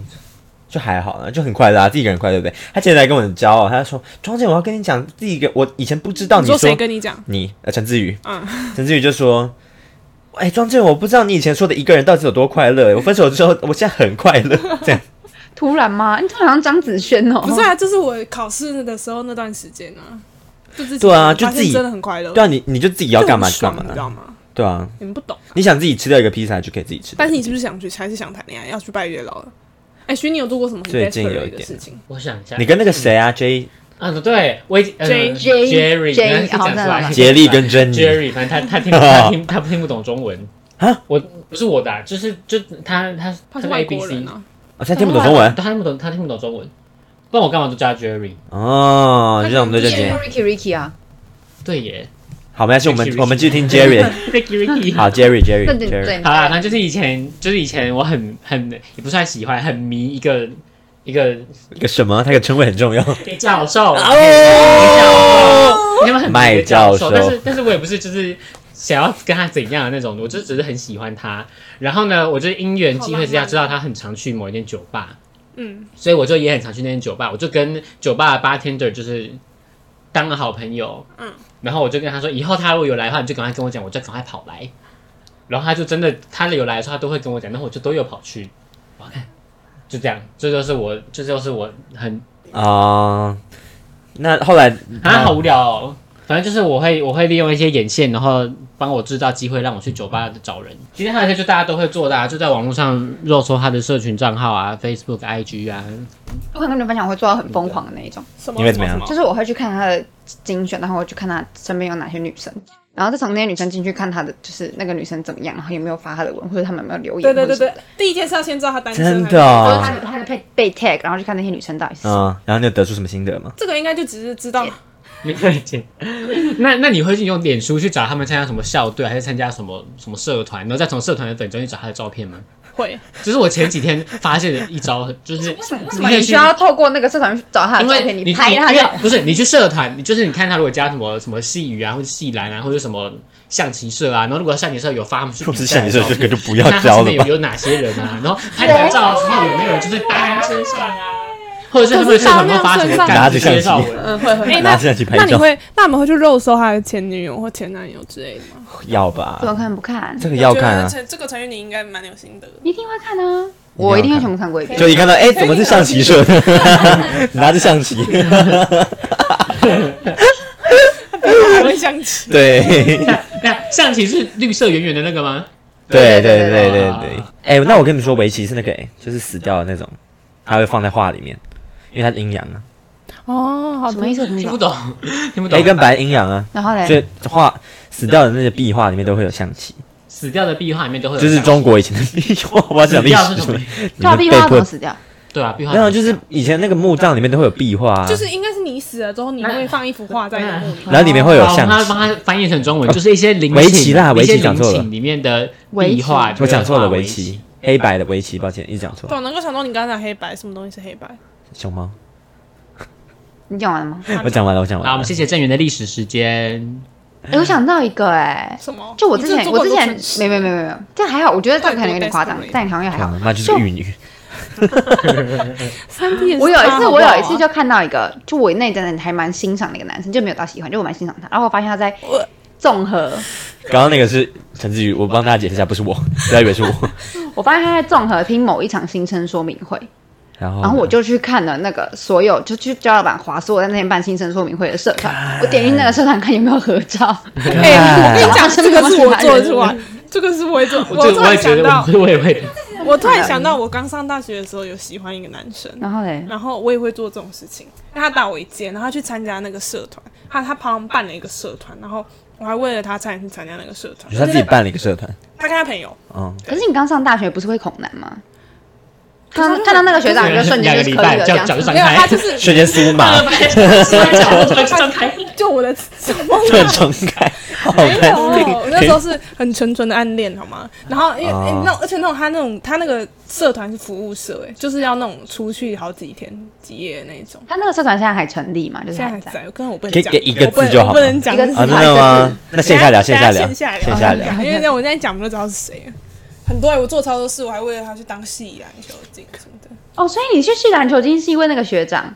Speaker 3: 就还好啦，就很快乐啊，自己一个人快乐对不对？他前几天还跟我很骄傲，他就说：“庄姐，我要跟你讲，自己一个我以前不知道
Speaker 4: 你
Speaker 3: 哦说
Speaker 4: 说谁跟你讲？
Speaker 3: 你呃陈志宇，
Speaker 4: 嗯，
Speaker 3: 陈志宇就说。”哎，庄正，我不知道你以前说的一个人到底有多快乐。我分手之后，我现在很快乐， 这样
Speaker 1: 突然吗？你突然好像张子萱哦。
Speaker 4: 不是啊，这是我考试的时候那段时间啊，就自己
Speaker 3: 对啊
Speaker 4: 我发
Speaker 3: 就自己
Speaker 4: 现真的很快乐。
Speaker 3: 对啊，你你就自己要
Speaker 4: 就很
Speaker 3: 干嘛就
Speaker 4: 爽
Speaker 3: 干嘛
Speaker 4: 你知道吗？
Speaker 3: 对啊，
Speaker 4: 你们不懂啊。
Speaker 3: 你想自己吃掉一个披萨就可以自己吃掉。
Speaker 4: 但是你是不是想去，还是想谈恋爱？要去拜月老了？哎，徐，你有做过什么很
Speaker 3: 最近
Speaker 4: desperate
Speaker 3: 有一
Speaker 4: 的
Speaker 3: 点
Speaker 4: 事情？
Speaker 2: 我想一下，
Speaker 3: 你跟那个谁啊，J
Speaker 2: 啊，对，我已经呃
Speaker 4: J-
Speaker 1: J-
Speaker 2: Jerry
Speaker 1: J-
Speaker 2: 刚刚是讲出来
Speaker 1: 哦
Speaker 3: 杰利跟珍妮
Speaker 2: Jerry，反 正他他听他听他听不懂中文
Speaker 3: 啊，
Speaker 2: 我不是我的啊，就是就他他
Speaker 4: 他是
Speaker 2: 是
Speaker 4: 外
Speaker 2: A B
Speaker 4: 国
Speaker 2: C
Speaker 4: 人啊，
Speaker 3: 我哦现在听不懂中文
Speaker 2: 他听不懂，他听不懂中文，不然我干嘛都叫他 Jerry？
Speaker 3: 哦，就让我们都叫
Speaker 4: 他是
Speaker 3: 杰
Speaker 1: Ricky Ricky 啊，
Speaker 2: 对耶，
Speaker 3: 好，没关系，我们
Speaker 2: Ricky，Ricky
Speaker 3: 我们继续听 Jerry。
Speaker 2: Ricky Ricky，
Speaker 3: 好
Speaker 1: 对
Speaker 3: ，Jerry Jerry
Speaker 1: 对
Speaker 3: Jerry，
Speaker 1: 对，
Speaker 2: 好啦，那就是以前，就是以前我很很也不算喜欢，很迷一个一个
Speaker 3: 一个什么？他的称谓很重要。
Speaker 2: 一个教授，
Speaker 3: 哦，
Speaker 2: 他们很迷
Speaker 3: 麦
Speaker 2: 一个教
Speaker 3: 教授
Speaker 2: 但是但是我也不是就是想要跟他怎样的那种，我就只是很喜欢他。然后呢，我就因缘际会之下知道他很常去某一间酒吧，
Speaker 4: 嗯，
Speaker 2: 所以我就也很常去那间酒吧，我就跟酒吧的 bartender 就是当了好朋友，嗯，然后我就跟他说，以后他如果有来的话，你就赶快跟我讲，我就赶快跑来。然后他就真的，他有来的时候，他都会跟我讲，然后我就都有跑去，我看，就这样，这就是我，这就是我很
Speaker 3: 啊，那后来
Speaker 2: 啊，好无聊哦。反正就是我会我会利用一些眼线，然后帮我制造机会让我去酒吧找人。其实还有一些就大家都会做的、啊，就在网络上肉搜他的社群账号啊，Facebook、IG 啊。
Speaker 1: 我可能跟你分享，我会做到很疯狂的那一种。
Speaker 4: 什
Speaker 3: 你会怎么样
Speaker 4: 什
Speaker 1: 就是我会去看他的精选，然后我去看他身边有哪些女生，然后再从那些女生进去看他的，就是那个女生怎么样，然后有没有发他的文，或者他们有没有留言，
Speaker 4: 对对对
Speaker 1: 或者
Speaker 4: 对，第一件事要先知道他单身还是。
Speaker 3: 真的
Speaker 1: 什么，
Speaker 3: 哦
Speaker 1: 就是他的他的被被 tag，然后去看那些女生到底是谁。
Speaker 3: 嗯，然后你有得出什么心得吗？
Speaker 4: 这个应该就只是知 道，
Speaker 2: 你可以见那那你会去用脸书去找他们参加什么校队，还是参加什么什么社团，然后再从社团的粉中去找他的照片吗？
Speaker 4: 会
Speaker 2: 这是我前几天发现的一招，就是为
Speaker 1: 为什么你需要透过那个社团去找他的
Speaker 2: 嗯因
Speaker 1: 照
Speaker 2: 为
Speaker 1: 片，
Speaker 2: 你
Speaker 1: 拍
Speaker 2: 因
Speaker 1: 他
Speaker 2: 为
Speaker 1: 的？
Speaker 2: 不是你去社团，你就是你看他如果加什么什么细雨啊，或者细篮啊，或者什么象棋社啊，然后如果象棋社有发他们去
Speaker 3: 我
Speaker 2: 比
Speaker 3: 是
Speaker 2: 赛
Speaker 3: 想
Speaker 2: 的
Speaker 3: 你
Speaker 2: 时
Speaker 3: 说
Speaker 2: 候，
Speaker 3: 这个就不
Speaker 2: 那
Speaker 3: 要
Speaker 2: 他
Speaker 3: 教
Speaker 2: 身
Speaker 3: 了
Speaker 2: 边有
Speaker 3: 吧。
Speaker 2: 有哪些人啊？然后拍合照的时候有没有人就是搭在身上啊，或者是他们社团会发什么
Speaker 3: 拿
Speaker 2: 干
Speaker 3: 着
Speaker 2: 直
Speaker 3: 象棋
Speaker 2: 接照文？
Speaker 4: 嗯会会。哎，
Speaker 3: 拿
Speaker 4: 那
Speaker 3: 着相机拍
Speaker 4: 那你
Speaker 3: 照，
Speaker 4: 会那你们会去肉搜他的前女友或前男友之类的吗？
Speaker 3: 要
Speaker 1: 怎么
Speaker 3: 吧？
Speaker 1: 看不看？
Speaker 3: 这个要看啊，
Speaker 4: 这这个成语你应该蛮有心得的。
Speaker 1: 一定会看啊！我一定会全部看过一遍。
Speaker 3: 就一看到，哎，怎么是象棋社的？ 拿着象棋，
Speaker 4: 我也想起，
Speaker 3: 对。
Speaker 2: 那象棋是绿色圆圆的那个吗？
Speaker 3: 对
Speaker 1: 对对
Speaker 3: 对对
Speaker 2: 对
Speaker 3: 对
Speaker 2: 哇
Speaker 3: 对。哎、那我跟你们说，围棋是那个、哎，就是死掉的那种，它会放在画里面，因为它是阴阳啊，
Speaker 4: 哦，好
Speaker 1: 什么意
Speaker 4: 思？
Speaker 1: 思？我听
Speaker 2: 听不
Speaker 1: 懂。
Speaker 2: 懂，听不
Speaker 3: 黑跟
Speaker 2: 懂。
Speaker 3: 白阴阳啊，
Speaker 1: 然后
Speaker 3: 所
Speaker 1: 嘞，
Speaker 3: 以画死掉的那些壁画里面都会有象棋，
Speaker 2: 死掉的壁画里面都会有
Speaker 3: 就是
Speaker 2: 象棋
Speaker 3: 中国以前的壁画，我要讲历史什么，你
Speaker 1: 照
Speaker 3: 们
Speaker 1: 壁
Speaker 3: 被
Speaker 1: 画要怎
Speaker 3: 迫
Speaker 1: 么死掉？
Speaker 2: 对啊，壁画
Speaker 3: 没有，就是以前那个墓葬里面都会有壁画、啊，
Speaker 4: 就是应该是你死了之后，你会放一幅画在你的墓里。
Speaker 3: 然后里面会有
Speaker 2: 好我
Speaker 3: 象
Speaker 2: 帮他
Speaker 3: 棋，
Speaker 2: 帮他翻译成中文，就是一些陵寝
Speaker 3: 围棋啦
Speaker 2: 一些
Speaker 3: 围棋讲错了
Speaker 2: 陵寝里面的
Speaker 1: 围棋
Speaker 2: 壁画，
Speaker 3: 我讲错了，
Speaker 2: 围
Speaker 3: 围棋。，黑白的围棋，抱歉，一直讲错，
Speaker 4: 对，我啊能够想到你刚才讲黑白，什么东西是黑白？
Speaker 3: 熊猫，
Speaker 1: 你讲完了吗？
Speaker 3: 我讲完了，我讲完
Speaker 2: 好，
Speaker 3: 了，
Speaker 2: 我们谢谢郑源的历史时间。
Speaker 1: 哎，我想到一个哎，
Speaker 4: 什么？
Speaker 1: 就我之
Speaker 4: 你
Speaker 1: 前
Speaker 4: 做
Speaker 1: 我
Speaker 4: 过
Speaker 1: 之前
Speaker 4: 很多蠢事
Speaker 1: 没没没没没，这还好，我觉得这个可能有点夸张
Speaker 4: 太多，
Speaker 1: 但你好像也还好。
Speaker 3: 嗯那就是个玉女，
Speaker 4: 三 P 也是
Speaker 1: 我有一
Speaker 4: 他
Speaker 1: 次，
Speaker 4: 好不
Speaker 1: 我
Speaker 4: 好
Speaker 1: 有一次就看到一个，就我那一阵子还蛮欣赏的一个男生，就没有到喜欢，就我蛮欣赏他。然后我发现他在
Speaker 4: 我
Speaker 1: 综合，
Speaker 3: 刚刚那个是陈志宇，我帮大家解释一下，不是我，不要以为 是我，
Speaker 1: 我发现他在综合听某一场新生说明会，
Speaker 3: 然后
Speaker 1: 然后我
Speaker 3: 呢
Speaker 1: 就去看了那个所有，就去教老板华所有在那天办新生说明会的社团，我点进那个社团看有没有合照。
Speaker 4: 哎，我跟你讲，
Speaker 1: 哎
Speaker 4: 这个是我做得出来， 这个是我也做。
Speaker 2: 这
Speaker 4: 突
Speaker 2: 个我
Speaker 4: 然
Speaker 2: 也觉
Speaker 4: 想
Speaker 2: 得，
Speaker 4: 到，
Speaker 2: 我我也会。
Speaker 4: 我突然想到，我刚上大学的时候有喜欢一个男生，
Speaker 1: 然后嘞，
Speaker 4: 然后我也会做这种事情。因为他打我一箭，然后他去参加那个社团，他他帮忙办了一个社团，然后我还为了他差点去参加那个社团。
Speaker 3: 你说他自己办了一个社团，
Speaker 4: 他跟他朋友，
Speaker 3: 嗯，
Speaker 1: 可是你刚上大学不是会恐男吗？看
Speaker 4: 可是
Speaker 1: 到看到那个学长，你就瞬
Speaker 2: 两
Speaker 1: 间就
Speaker 2: 个礼
Speaker 1: 是可以
Speaker 2: 拜
Speaker 1: 了，这
Speaker 2: 叫
Speaker 1: 样
Speaker 2: 脚就
Speaker 1: 子。
Speaker 2: 张
Speaker 4: 没有他
Speaker 2: 开，
Speaker 4: 就是
Speaker 3: 瞬 间酥麻，
Speaker 2: 脚就张开。
Speaker 4: 就我的什么
Speaker 3: 突然重 开，好
Speaker 4: 没
Speaker 3: 难
Speaker 4: 有，我那时
Speaker 3: 听啊
Speaker 4: 候。是很纯纯的暗恋，好吗？然后因为、
Speaker 3: 哦
Speaker 4: 因为那种而且那种他那种他那个社团是服务社、哎，就是要那种出去好几天几夜的那种。
Speaker 1: 他那个社团现在还成立嘛？就是
Speaker 4: 现在还
Speaker 1: 还在。
Speaker 4: 在，我跟我不
Speaker 3: 可
Speaker 4: 能
Speaker 3: 以
Speaker 4: 讲，
Speaker 3: 给一个
Speaker 4: 我不能
Speaker 3: 字就好
Speaker 4: 我不能讲
Speaker 1: 一个字
Speaker 3: 啊，真的吗？那线下聊，线下聊，
Speaker 4: 线下聊，
Speaker 3: 线下聊。
Speaker 4: 因为这样我现在讲我就知道是谁了。很多人我做超多事，我还为了他去当戏啊篮球镜什么的。
Speaker 1: 哦，所以你去去篮球经是因为那个学长。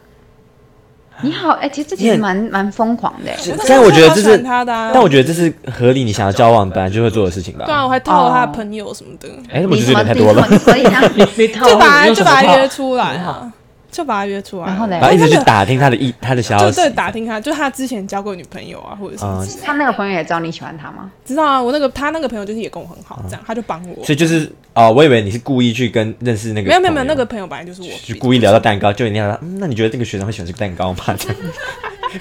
Speaker 1: 你好，哎、其实这其
Speaker 3: 你
Speaker 1: 实
Speaker 3: 很
Speaker 1: 蛮蛮疯狂的欸。
Speaker 4: 那时候
Speaker 3: 但我觉得这
Speaker 4: 超喜
Speaker 3: 是
Speaker 4: 欢，他的、啊，
Speaker 3: 但我觉得这是合理，你想要交往本来就会做的事情吧
Speaker 4: 对？啊，我还套了他的朋友什么的，
Speaker 3: 哎，那我
Speaker 1: 你什
Speaker 3: 觉得有
Speaker 1: 么
Speaker 3: 点太多了。
Speaker 1: 你什么你什么你
Speaker 2: 你套
Speaker 4: 就
Speaker 3: 哦
Speaker 4: 把他
Speaker 2: 用手
Speaker 4: 就把他
Speaker 2: 套
Speaker 4: 约出来啊，就把他约出来啊。
Speaker 1: 然后嘞
Speaker 3: 然后一直去打听他的 意，他的消
Speaker 4: 就
Speaker 3: 息
Speaker 4: 对，打听他，就他之前交过女朋友啊，或者什么
Speaker 3: 啊
Speaker 4: 之类的，
Speaker 1: 他那个朋友也知道你喜欢他吗？
Speaker 4: 知道啊。我那个他那个朋友就是也跟我很好，这样他就帮我
Speaker 3: 所。以嗯就是哦，我以为你是故意去跟认识那个
Speaker 4: 没
Speaker 3: 朋友，
Speaker 4: 有没有没有，那个朋友本来就是我
Speaker 3: 就故意聊到蛋糕，就一定要嗯，那你觉得这个学长会喜欢这个蛋糕吗？ 这样，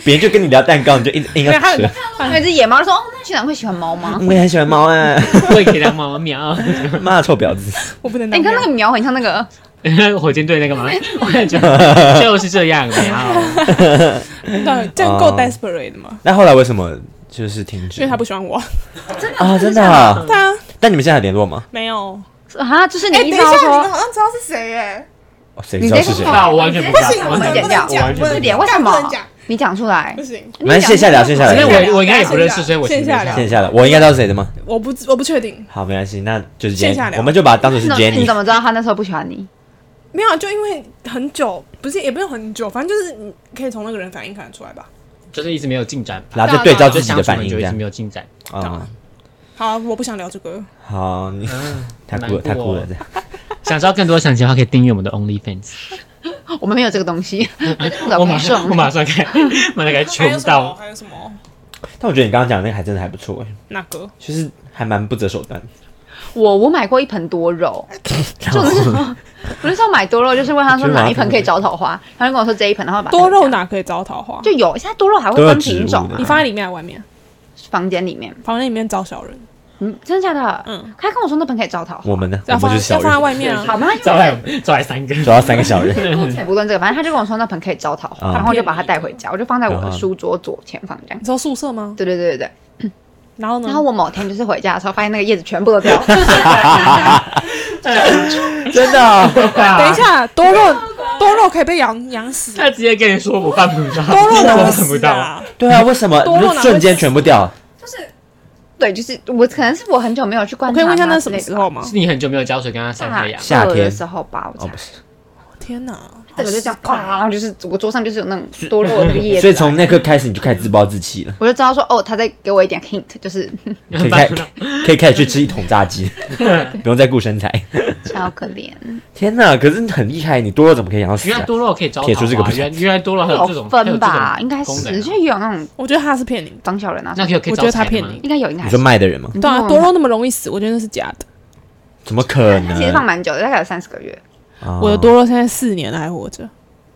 Speaker 3: 别人就跟你聊蛋糕，你就硬硬
Speaker 4: 没有
Speaker 3: 要
Speaker 4: 他
Speaker 3: 吃
Speaker 4: 很。
Speaker 1: 还有一只野猫就说：“哦，那学长会喜欢猫吗
Speaker 3: 我也很喜欢猫啊，
Speaker 2: 我也可以当猫喵，
Speaker 3: 妈臭婊子！
Speaker 4: 我不能？”
Speaker 1: 哎
Speaker 4: 当
Speaker 1: 你看
Speaker 4: 面。
Speaker 1: 那个苗很像那个，
Speaker 2: 火箭队那个吗？我也觉得就是这样喵。
Speaker 4: 对这样够
Speaker 3: 哦嗯
Speaker 4: desperate 的吗？
Speaker 3: 那后来为什么就是停止
Speaker 4: 因为他不喜欢我。
Speaker 3: 啊，真的啊。
Speaker 4: 对啊，
Speaker 3: 但你们现在还联络吗？
Speaker 4: 没有。
Speaker 1: 啊，就是你
Speaker 5: 哎、
Speaker 1: 一
Speaker 5: 等一
Speaker 1: 方
Speaker 5: 下，你
Speaker 1: 说
Speaker 5: 们好像知道是谁哎、
Speaker 3: 哦谁
Speaker 1: 你
Speaker 3: 知道
Speaker 1: 这
Speaker 3: 是谁
Speaker 1: 个？
Speaker 2: 那我完全不知道
Speaker 5: 不行，
Speaker 2: 我
Speaker 5: 我
Speaker 2: 完
Speaker 5: 们
Speaker 2: 全
Speaker 5: 不
Speaker 1: 剪
Speaker 2: 不
Speaker 5: 能
Speaker 2: 知道
Speaker 5: 讲，
Speaker 2: 我完
Speaker 5: 不
Speaker 2: 全
Speaker 5: 能
Speaker 2: 不
Speaker 1: 点
Speaker 2: 讲。
Speaker 1: 为什么
Speaker 5: 不能讲，
Speaker 1: 你讲出来
Speaker 4: 不，行，
Speaker 3: 没关系线下聊线下
Speaker 2: 反
Speaker 3: 聊
Speaker 2: 正
Speaker 5: 对
Speaker 2: 我我应该也
Speaker 5: 大家
Speaker 2: 不认识，
Speaker 5: 线下
Speaker 2: 所以我
Speaker 4: 线下
Speaker 2: 先
Speaker 4: 聊
Speaker 3: 线下的，我应该知道是谁的吗？
Speaker 4: 我不知我不确定。
Speaker 3: 好，没关系，那就是
Speaker 4: 线
Speaker 3: Jenny，
Speaker 4: 下聊
Speaker 3: 我们就把它当做是
Speaker 1: 那你
Speaker 3: Jenny
Speaker 1: 怎。么知道他那时候不喜欢你？
Speaker 4: 没有啊，就因为很久，不是也不用很久，反正就是你可以从那个人反应看得出来吧。
Speaker 2: 就是一直没有进展，
Speaker 3: 然后就对照
Speaker 2: 我
Speaker 3: 自
Speaker 2: 就
Speaker 3: 己
Speaker 2: 相
Speaker 3: 的
Speaker 2: 处
Speaker 3: 反
Speaker 2: 很
Speaker 3: 应，
Speaker 2: 久
Speaker 3: 这
Speaker 2: 一直
Speaker 3: 样
Speaker 2: 没有进展。
Speaker 3: 啊，
Speaker 4: 好啊，我不想聊这个。
Speaker 3: 好，你
Speaker 2: 嗯，
Speaker 3: 太酷了，
Speaker 2: 难
Speaker 3: 太
Speaker 2: 过
Speaker 3: 酷了，这样
Speaker 2: 想知道更多详情的话，可以订阅我们的 OnlyFans。
Speaker 1: 我们没有这个东西，
Speaker 2: 我马上，我马上开， 马上开
Speaker 4: 还有
Speaker 2: 穷
Speaker 4: 什么？
Speaker 2: 到。
Speaker 4: 还有什么？
Speaker 3: 但我觉得你刚刚讲的那个还真的还不错，哎
Speaker 4: 那个？
Speaker 3: 就是还蛮不择手段。
Speaker 1: 我我买过一盆多肉，就那时候 我那时候买多肉，就是问他说
Speaker 3: 我觉得
Speaker 1: 哪一盆可以招桃花，他就跟我说这一盆，然后把它
Speaker 4: 啊多肉
Speaker 1: 拿
Speaker 4: 哪可以招桃花？
Speaker 1: 就有，现在多肉还会
Speaker 3: 多肉
Speaker 1: 分
Speaker 3: 植
Speaker 1: 品
Speaker 3: 物
Speaker 1: 种
Speaker 3: 的
Speaker 1: 嘛
Speaker 4: 你，放在里面还是外面？
Speaker 1: 房间里面，
Speaker 4: 房间里面招小人，
Speaker 1: 嗯，真的假的？
Speaker 4: 嗯，
Speaker 1: 他跟我说那盆可以招桃花，
Speaker 3: 我们呢？我
Speaker 4: 要
Speaker 3: 们
Speaker 4: 放
Speaker 3: 就是小
Speaker 4: 要放在
Speaker 3: 人，
Speaker 4: 外面啊。
Speaker 1: 好吗？
Speaker 2: 嗯招来招来三个，
Speaker 3: 主要三个小人。
Speaker 1: 不论这个，反正他就跟我说那盆可以招桃花，
Speaker 3: 啊
Speaker 1: 然后我就把它带回家，我就放在我
Speaker 3: 然
Speaker 1: 的
Speaker 3: 后呢
Speaker 1: 书桌左前方这样
Speaker 4: 你。说宿舍吗？
Speaker 1: 对对对对
Speaker 4: 嗯
Speaker 1: 对，
Speaker 4: 然后呢？
Speaker 1: 然后我某天就是回家的时候，发现那个叶子全部都掉了，
Speaker 3: 真的啊、
Speaker 4: 等一下，多肉多肉可以被养养死，
Speaker 2: 他直接跟你说我办不到，
Speaker 4: 多肉
Speaker 2: 我
Speaker 4: 能
Speaker 2: 办不
Speaker 4: 死
Speaker 2: 到。
Speaker 4: 啊！
Speaker 3: 对啊，为什么
Speaker 4: 多肉
Speaker 3: 就
Speaker 4: 哪会
Speaker 3: 瞬间全部掉？
Speaker 1: 对，就是我可能是我很久没有去观
Speaker 4: 我
Speaker 1: 察，
Speaker 4: 可以问一下那什么时候？吗？
Speaker 2: 是你很久没有浇水，跟他晒
Speaker 1: 大
Speaker 2: 太阳，
Speaker 3: 夏
Speaker 1: 二的
Speaker 3: 天
Speaker 1: 时候吧，我
Speaker 3: 哦，
Speaker 1: 猜
Speaker 3: 不。是，
Speaker 4: 天哪！
Speaker 1: 这个就这样，哐，然后就是我桌上就是有那种多落的叶子，
Speaker 3: 所以从那刻开始你就开始自暴自弃了，
Speaker 1: 我就知道说，哦，他在给我一点 hint，就是
Speaker 3: 可以开可以开始去吃一桶炸鸡，不用再顾身材。
Speaker 1: 超可 怜，
Speaker 3: 天哪，可是很厉害，你多肉怎么可以养到死、
Speaker 2: 原来
Speaker 3: 啊？
Speaker 2: 多肉可以招桃
Speaker 3: 撇除这个不
Speaker 2: 花，
Speaker 3: 讲
Speaker 2: 原原来多肉还有这种还有
Speaker 1: 分
Speaker 2: 这种
Speaker 1: 吧，应该
Speaker 2: 功能啊
Speaker 1: 是，就也有那种
Speaker 4: 我觉得他是骗你的。
Speaker 1: 张小人啊，
Speaker 2: 那可以可以
Speaker 4: 我
Speaker 2: 招
Speaker 4: 觉得他
Speaker 2: 财
Speaker 4: 骗
Speaker 2: 吗
Speaker 4: 你
Speaker 1: 应该有，应该还
Speaker 3: 你
Speaker 1: 是
Speaker 3: 说。卖的人吗？
Speaker 1: 你
Speaker 4: 对啊，
Speaker 1: 问我
Speaker 4: 多肉那么容易死，我觉得那是假的。
Speaker 3: 怎么可
Speaker 1: 其实放
Speaker 3: 能？
Speaker 1: 蛮久的，大概有三十个月，
Speaker 3: 啊
Speaker 4: 我的多，肉现在四年了还活着，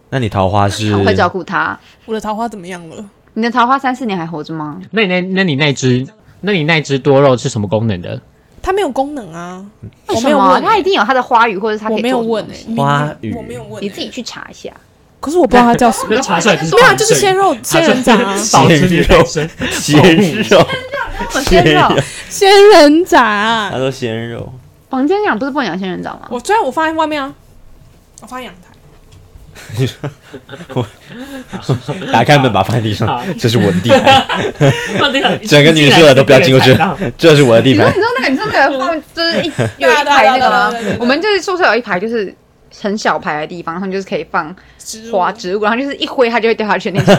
Speaker 3: 那你桃花是
Speaker 1: 很会照顾他。
Speaker 4: 我的桃花怎么样了？
Speaker 1: 你的桃花三四年还活着吗？
Speaker 2: 那你那那你那只那你那只多肉是什么功能的？
Speaker 4: 它没有功能啊，
Speaker 3: 嗯
Speaker 4: 我
Speaker 1: 为
Speaker 4: 没
Speaker 1: 什
Speaker 4: 有
Speaker 1: 么？
Speaker 4: 问欸
Speaker 1: 他一定有他的花语，或者是他可
Speaker 4: 我
Speaker 1: 以
Speaker 4: 没
Speaker 1: 做什
Speaker 4: 有
Speaker 1: 么
Speaker 4: 问
Speaker 1: 东西
Speaker 4: 欸
Speaker 3: 花语
Speaker 4: 我没有问欸，
Speaker 1: 你自己去查一下。
Speaker 4: 可是我不知道它叫什 么
Speaker 2: 那。查出来就是
Speaker 4: 没有啊，就是鲜 肉仙人掌啊，
Speaker 2: 保持你单身，
Speaker 3: 鲜肉？
Speaker 1: 仙人掌，
Speaker 4: 仙人 掌
Speaker 3: 他
Speaker 4: 啊。
Speaker 3: 说鲜肉，
Speaker 1: 房间养不是不能养仙人掌吗？
Speaker 4: 我虽然我放在外面啊，我放在阳台。
Speaker 3: 打开门把它放在地上
Speaker 2: 好，
Speaker 3: 这是我的地盘，
Speaker 2: 整
Speaker 3: 整个女舍都不要经过 这，这是我的地
Speaker 1: 你说
Speaker 3: 盘
Speaker 1: 你。说那个你说那个 放就是一有
Speaker 4: 对啊
Speaker 1: 一排那
Speaker 4: 对
Speaker 1: 个
Speaker 4: 啊对啊
Speaker 1: 吗
Speaker 4: 对啊对啊对啊？
Speaker 1: 我们就是宿舍有一排就是很小排的地方，然后就是可以放
Speaker 4: 植物
Speaker 1: 花植物，然后就是一挥它就会掉下去那 种。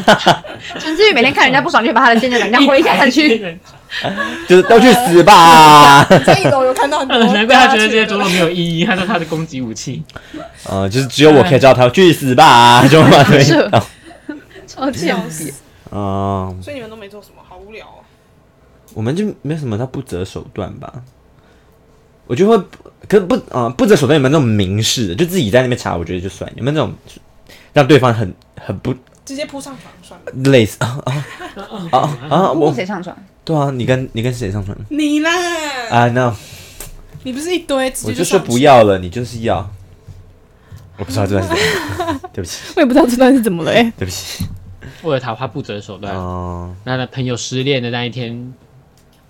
Speaker 1: 陈志宇每天看人家不爽，就把他的仙人掌这样挥下去。
Speaker 3: 就是都去死吧！
Speaker 4: 在一楼有看到 很多
Speaker 2: 难怪他觉得这些多
Speaker 4: 多
Speaker 2: 肉没有意义，他说他的攻击武器。
Speaker 3: 呃，就是只有我可以叫他去死吧， 就把推
Speaker 1: 是
Speaker 3: 倒。
Speaker 1: 超贱
Speaker 4: 死。
Speaker 3: 嗯，
Speaker 4: 所以你们都没做什么，好无聊哦。
Speaker 3: 我们就没有什么到不择手段吧。我就会，可是不，呃，不择手段有没有那种明示的？就自己在那边查，我觉得就算。有没有那种让对方很很不
Speaker 4: 直接扑上床算了。
Speaker 3: 累死啊啊啊啊！
Speaker 1: 哦我
Speaker 3: 我
Speaker 1: 谁上床？
Speaker 3: 对啊，你跟你跟谁上床
Speaker 4: 你啦，
Speaker 3: 啊？那
Speaker 4: 你不是一堆直
Speaker 3: 我
Speaker 4: 接
Speaker 3: 就说
Speaker 4: 上床
Speaker 3: 不，要了，你就是要。我不知道这段是怎么，对不起，
Speaker 4: 我也不知道这段是怎么了哎、
Speaker 3: 对不起。
Speaker 2: 为了桃花不择手段。
Speaker 3: 嗯，
Speaker 2: 那他朋友失恋的那一天，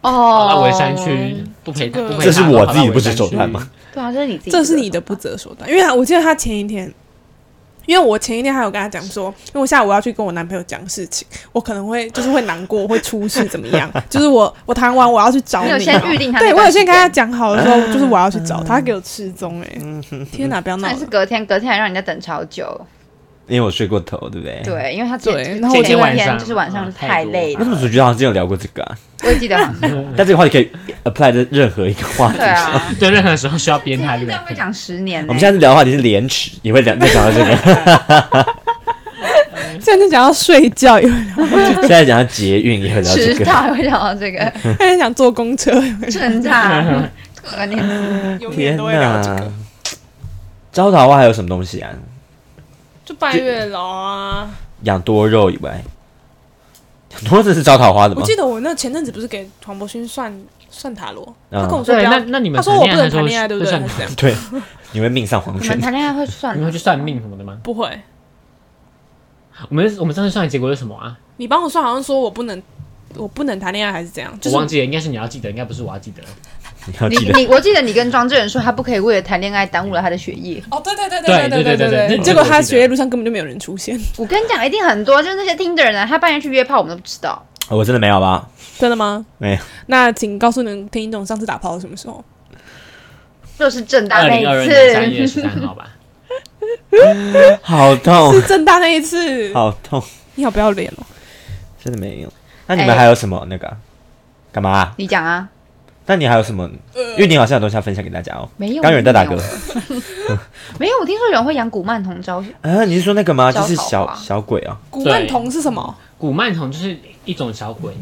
Speaker 2: 跑到
Speaker 1: 哦
Speaker 2: 围山区，不陪
Speaker 4: 这
Speaker 2: 他，
Speaker 4: 个
Speaker 2: 不陪他
Speaker 3: 这是我自己
Speaker 2: 跑到
Speaker 3: 不
Speaker 2: 围
Speaker 3: 择
Speaker 2: 山
Speaker 3: 手段
Speaker 2: 区
Speaker 3: 吗？
Speaker 1: 对啊，这是你自己，
Speaker 4: 这是你的不择手段，因为他我记得他前一天，因为我前一天还有跟他讲说，因为我下午要去跟我男朋友讲事情，我可能会就是会难过，会出事怎么样？就是我我谈完我要去找
Speaker 1: 啊你有
Speaker 4: 你，
Speaker 1: 先预定他那段时间。
Speaker 4: 对我有先跟他讲好了说，就是我要去找他，他给我失踪哎、天哪，不要闹
Speaker 1: 那
Speaker 4: 了
Speaker 1: 是。隔天，隔天还让人家等超久。
Speaker 3: 因为我睡过头，对不对？。
Speaker 1: 对，因为他之前
Speaker 4: 对
Speaker 1: 就是
Speaker 4: 然后我
Speaker 1: 前
Speaker 2: 今天
Speaker 1: 一
Speaker 2: 晚
Speaker 1: 天
Speaker 2: 上
Speaker 1: 就是晚上
Speaker 4: 哦
Speaker 2: 嗯太
Speaker 1: 太
Speaker 2: 多
Speaker 1: 累
Speaker 3: 我
Speaker 1: 了，
Speaker 3: 怎么总觉得好像之前有聊过这个啊？
Speaker 1: 我也记得好像是。
Speaker 3: 但这个话题可以 apply 在任何一个话题
Speaker 1: 对。 啊，
Speaker 2: 对，任何时候需要编他
Speaker 1: 这
Speaker 2: 这
Speaker 1: 样
Speaker 2: 个。
Speaker 1: 会讲十年呢。
Speaker 3: 我们下次聊的话题是廉耻，也会聊再讲到这个。
Speaker 4: 现在就想要睡觉，有人
Speaker 3: 现在讲到捷运，也会聊这
Speaker 1: 迟
Speaker 3: 个。
Speaker 1: 到会讲到这 个，
Speaker 4: 现在想坐公车，
Speaker 1: 真的，可怜。
Speaker 4: 永
Speaker 3: 天
Speaker 4: 远都会聊这
Speaker 3: 哪
Speaker 4: 个，！
Speaker 3: 招桃花还有什么东西啊？
Speaker 4: 就拜月老啊。
Speaker 3: 养多肉以外，养多肉真的是招桃花的
Speaker 4: 我
Speaker 3: 吗？
Speaker 4: 记得我那前阵子不是给黄博勋算算塔罗，
Speaker 3: 嗯
Speaker 4: 他跟我说不
Speaker 2: 对，
Speaker 4: 要
Speaker 2: 那，那你们
Speaker 4: 他说
Speaker 2: 谈
Speaker 4: 我
Speaker 2: 恋
Speaker 4: 不
Speaker 2: 爱的
Speaker 4: 能
Speaker 2: 时
Speaker 4: 谈
Speaker 2: 候
Speaker 4: 恋爱，对不
Speaker 2: 会
Speaker 4: 对？
Speaker 2: 算
Speaker 4: 还是怎样
Speaker 3: 对，你会命丧黄
Speaker 1: 你
Speaker 3: 泉
Speaker 1: 们。谈恋爱会算
Speaker 2: 你们
Speaker 1: 吗
Speaker 2: 会去算命什么的吗？
Speaker 4: 不会，
Speaker 2: 我们我们上次算的结果是什么啊？
Speaker 4: 你帮我算，好像说我不能我不能谈恋爱还是怎样，就
Speaker 2: 我
Speaker 4: 是
Speaker 2: 忘记了，应该是你要记得，应该不是我要记得。
Speaker 3: 你要
Speaker 1: 你
Speaker 3: 记得，
Speaker 1: 你，我记得你跟庄志远说，他不可以为了谈恋爱耽误了他的学业。
Speaker 4: 哦，对对对
Speaker 2: 对对
Speaker 4: 对
Speaker 2: 对对
Speaker 4: 对
Speaker 2: 对
Speaker 4: 结果他
Speaker 2: 我记得
Speaker 4: 学业路上根本就没有人出现，
Speaker 1: 我跟你讲，一定很多，就是那些听的人啊，他半夜去约炮，我们都不知道。
Speaker 3: 哦我真的没有啊吧？
Speaker 4: 真的吗？
Speaker 3: 没有，
Speaker 4: 那请告诉能听众上次打炮是什么时候？
Speaker 1: 就是正大
Speaker 2: 二
Speaker 1: 那
Speaker 2: 零二二
Speaker 1: 一
Speaker 2: 年三
Speaker 1: 次，
Speaker 2: 月十三号 吧，
Speaker 3: 好痛
Speaker 4: 是，正大那一次，
Speaker 3: 好痛，
Speaker 4: 你好不要脸哦！
Speaker 3: 真的没有。那你们还有什么那个啊干嘛啊？
Speaker 1: 你讲啊，
Speaker 3: 那你还有什么？因为你好像有东西要分享给大家哦。
Speaker 1: 没有
Speaker 3: 刚有人在打
Speaker 1: 没
Speaker 3: 嗝
Speaker 1: 有没有，我听说有人会养古曼童招
Speaker 3: 啊？你是说那个吗？就
Speaker 1: 小
Speaker 3: 是
Speaker 1: 草
Speaker 3: 小
Speaker 1: 花
Speaker 3: 小鬼啊？
Speaker 4: 古曼童是什么？
Speaker 2: 古曼童就是一种小鬼，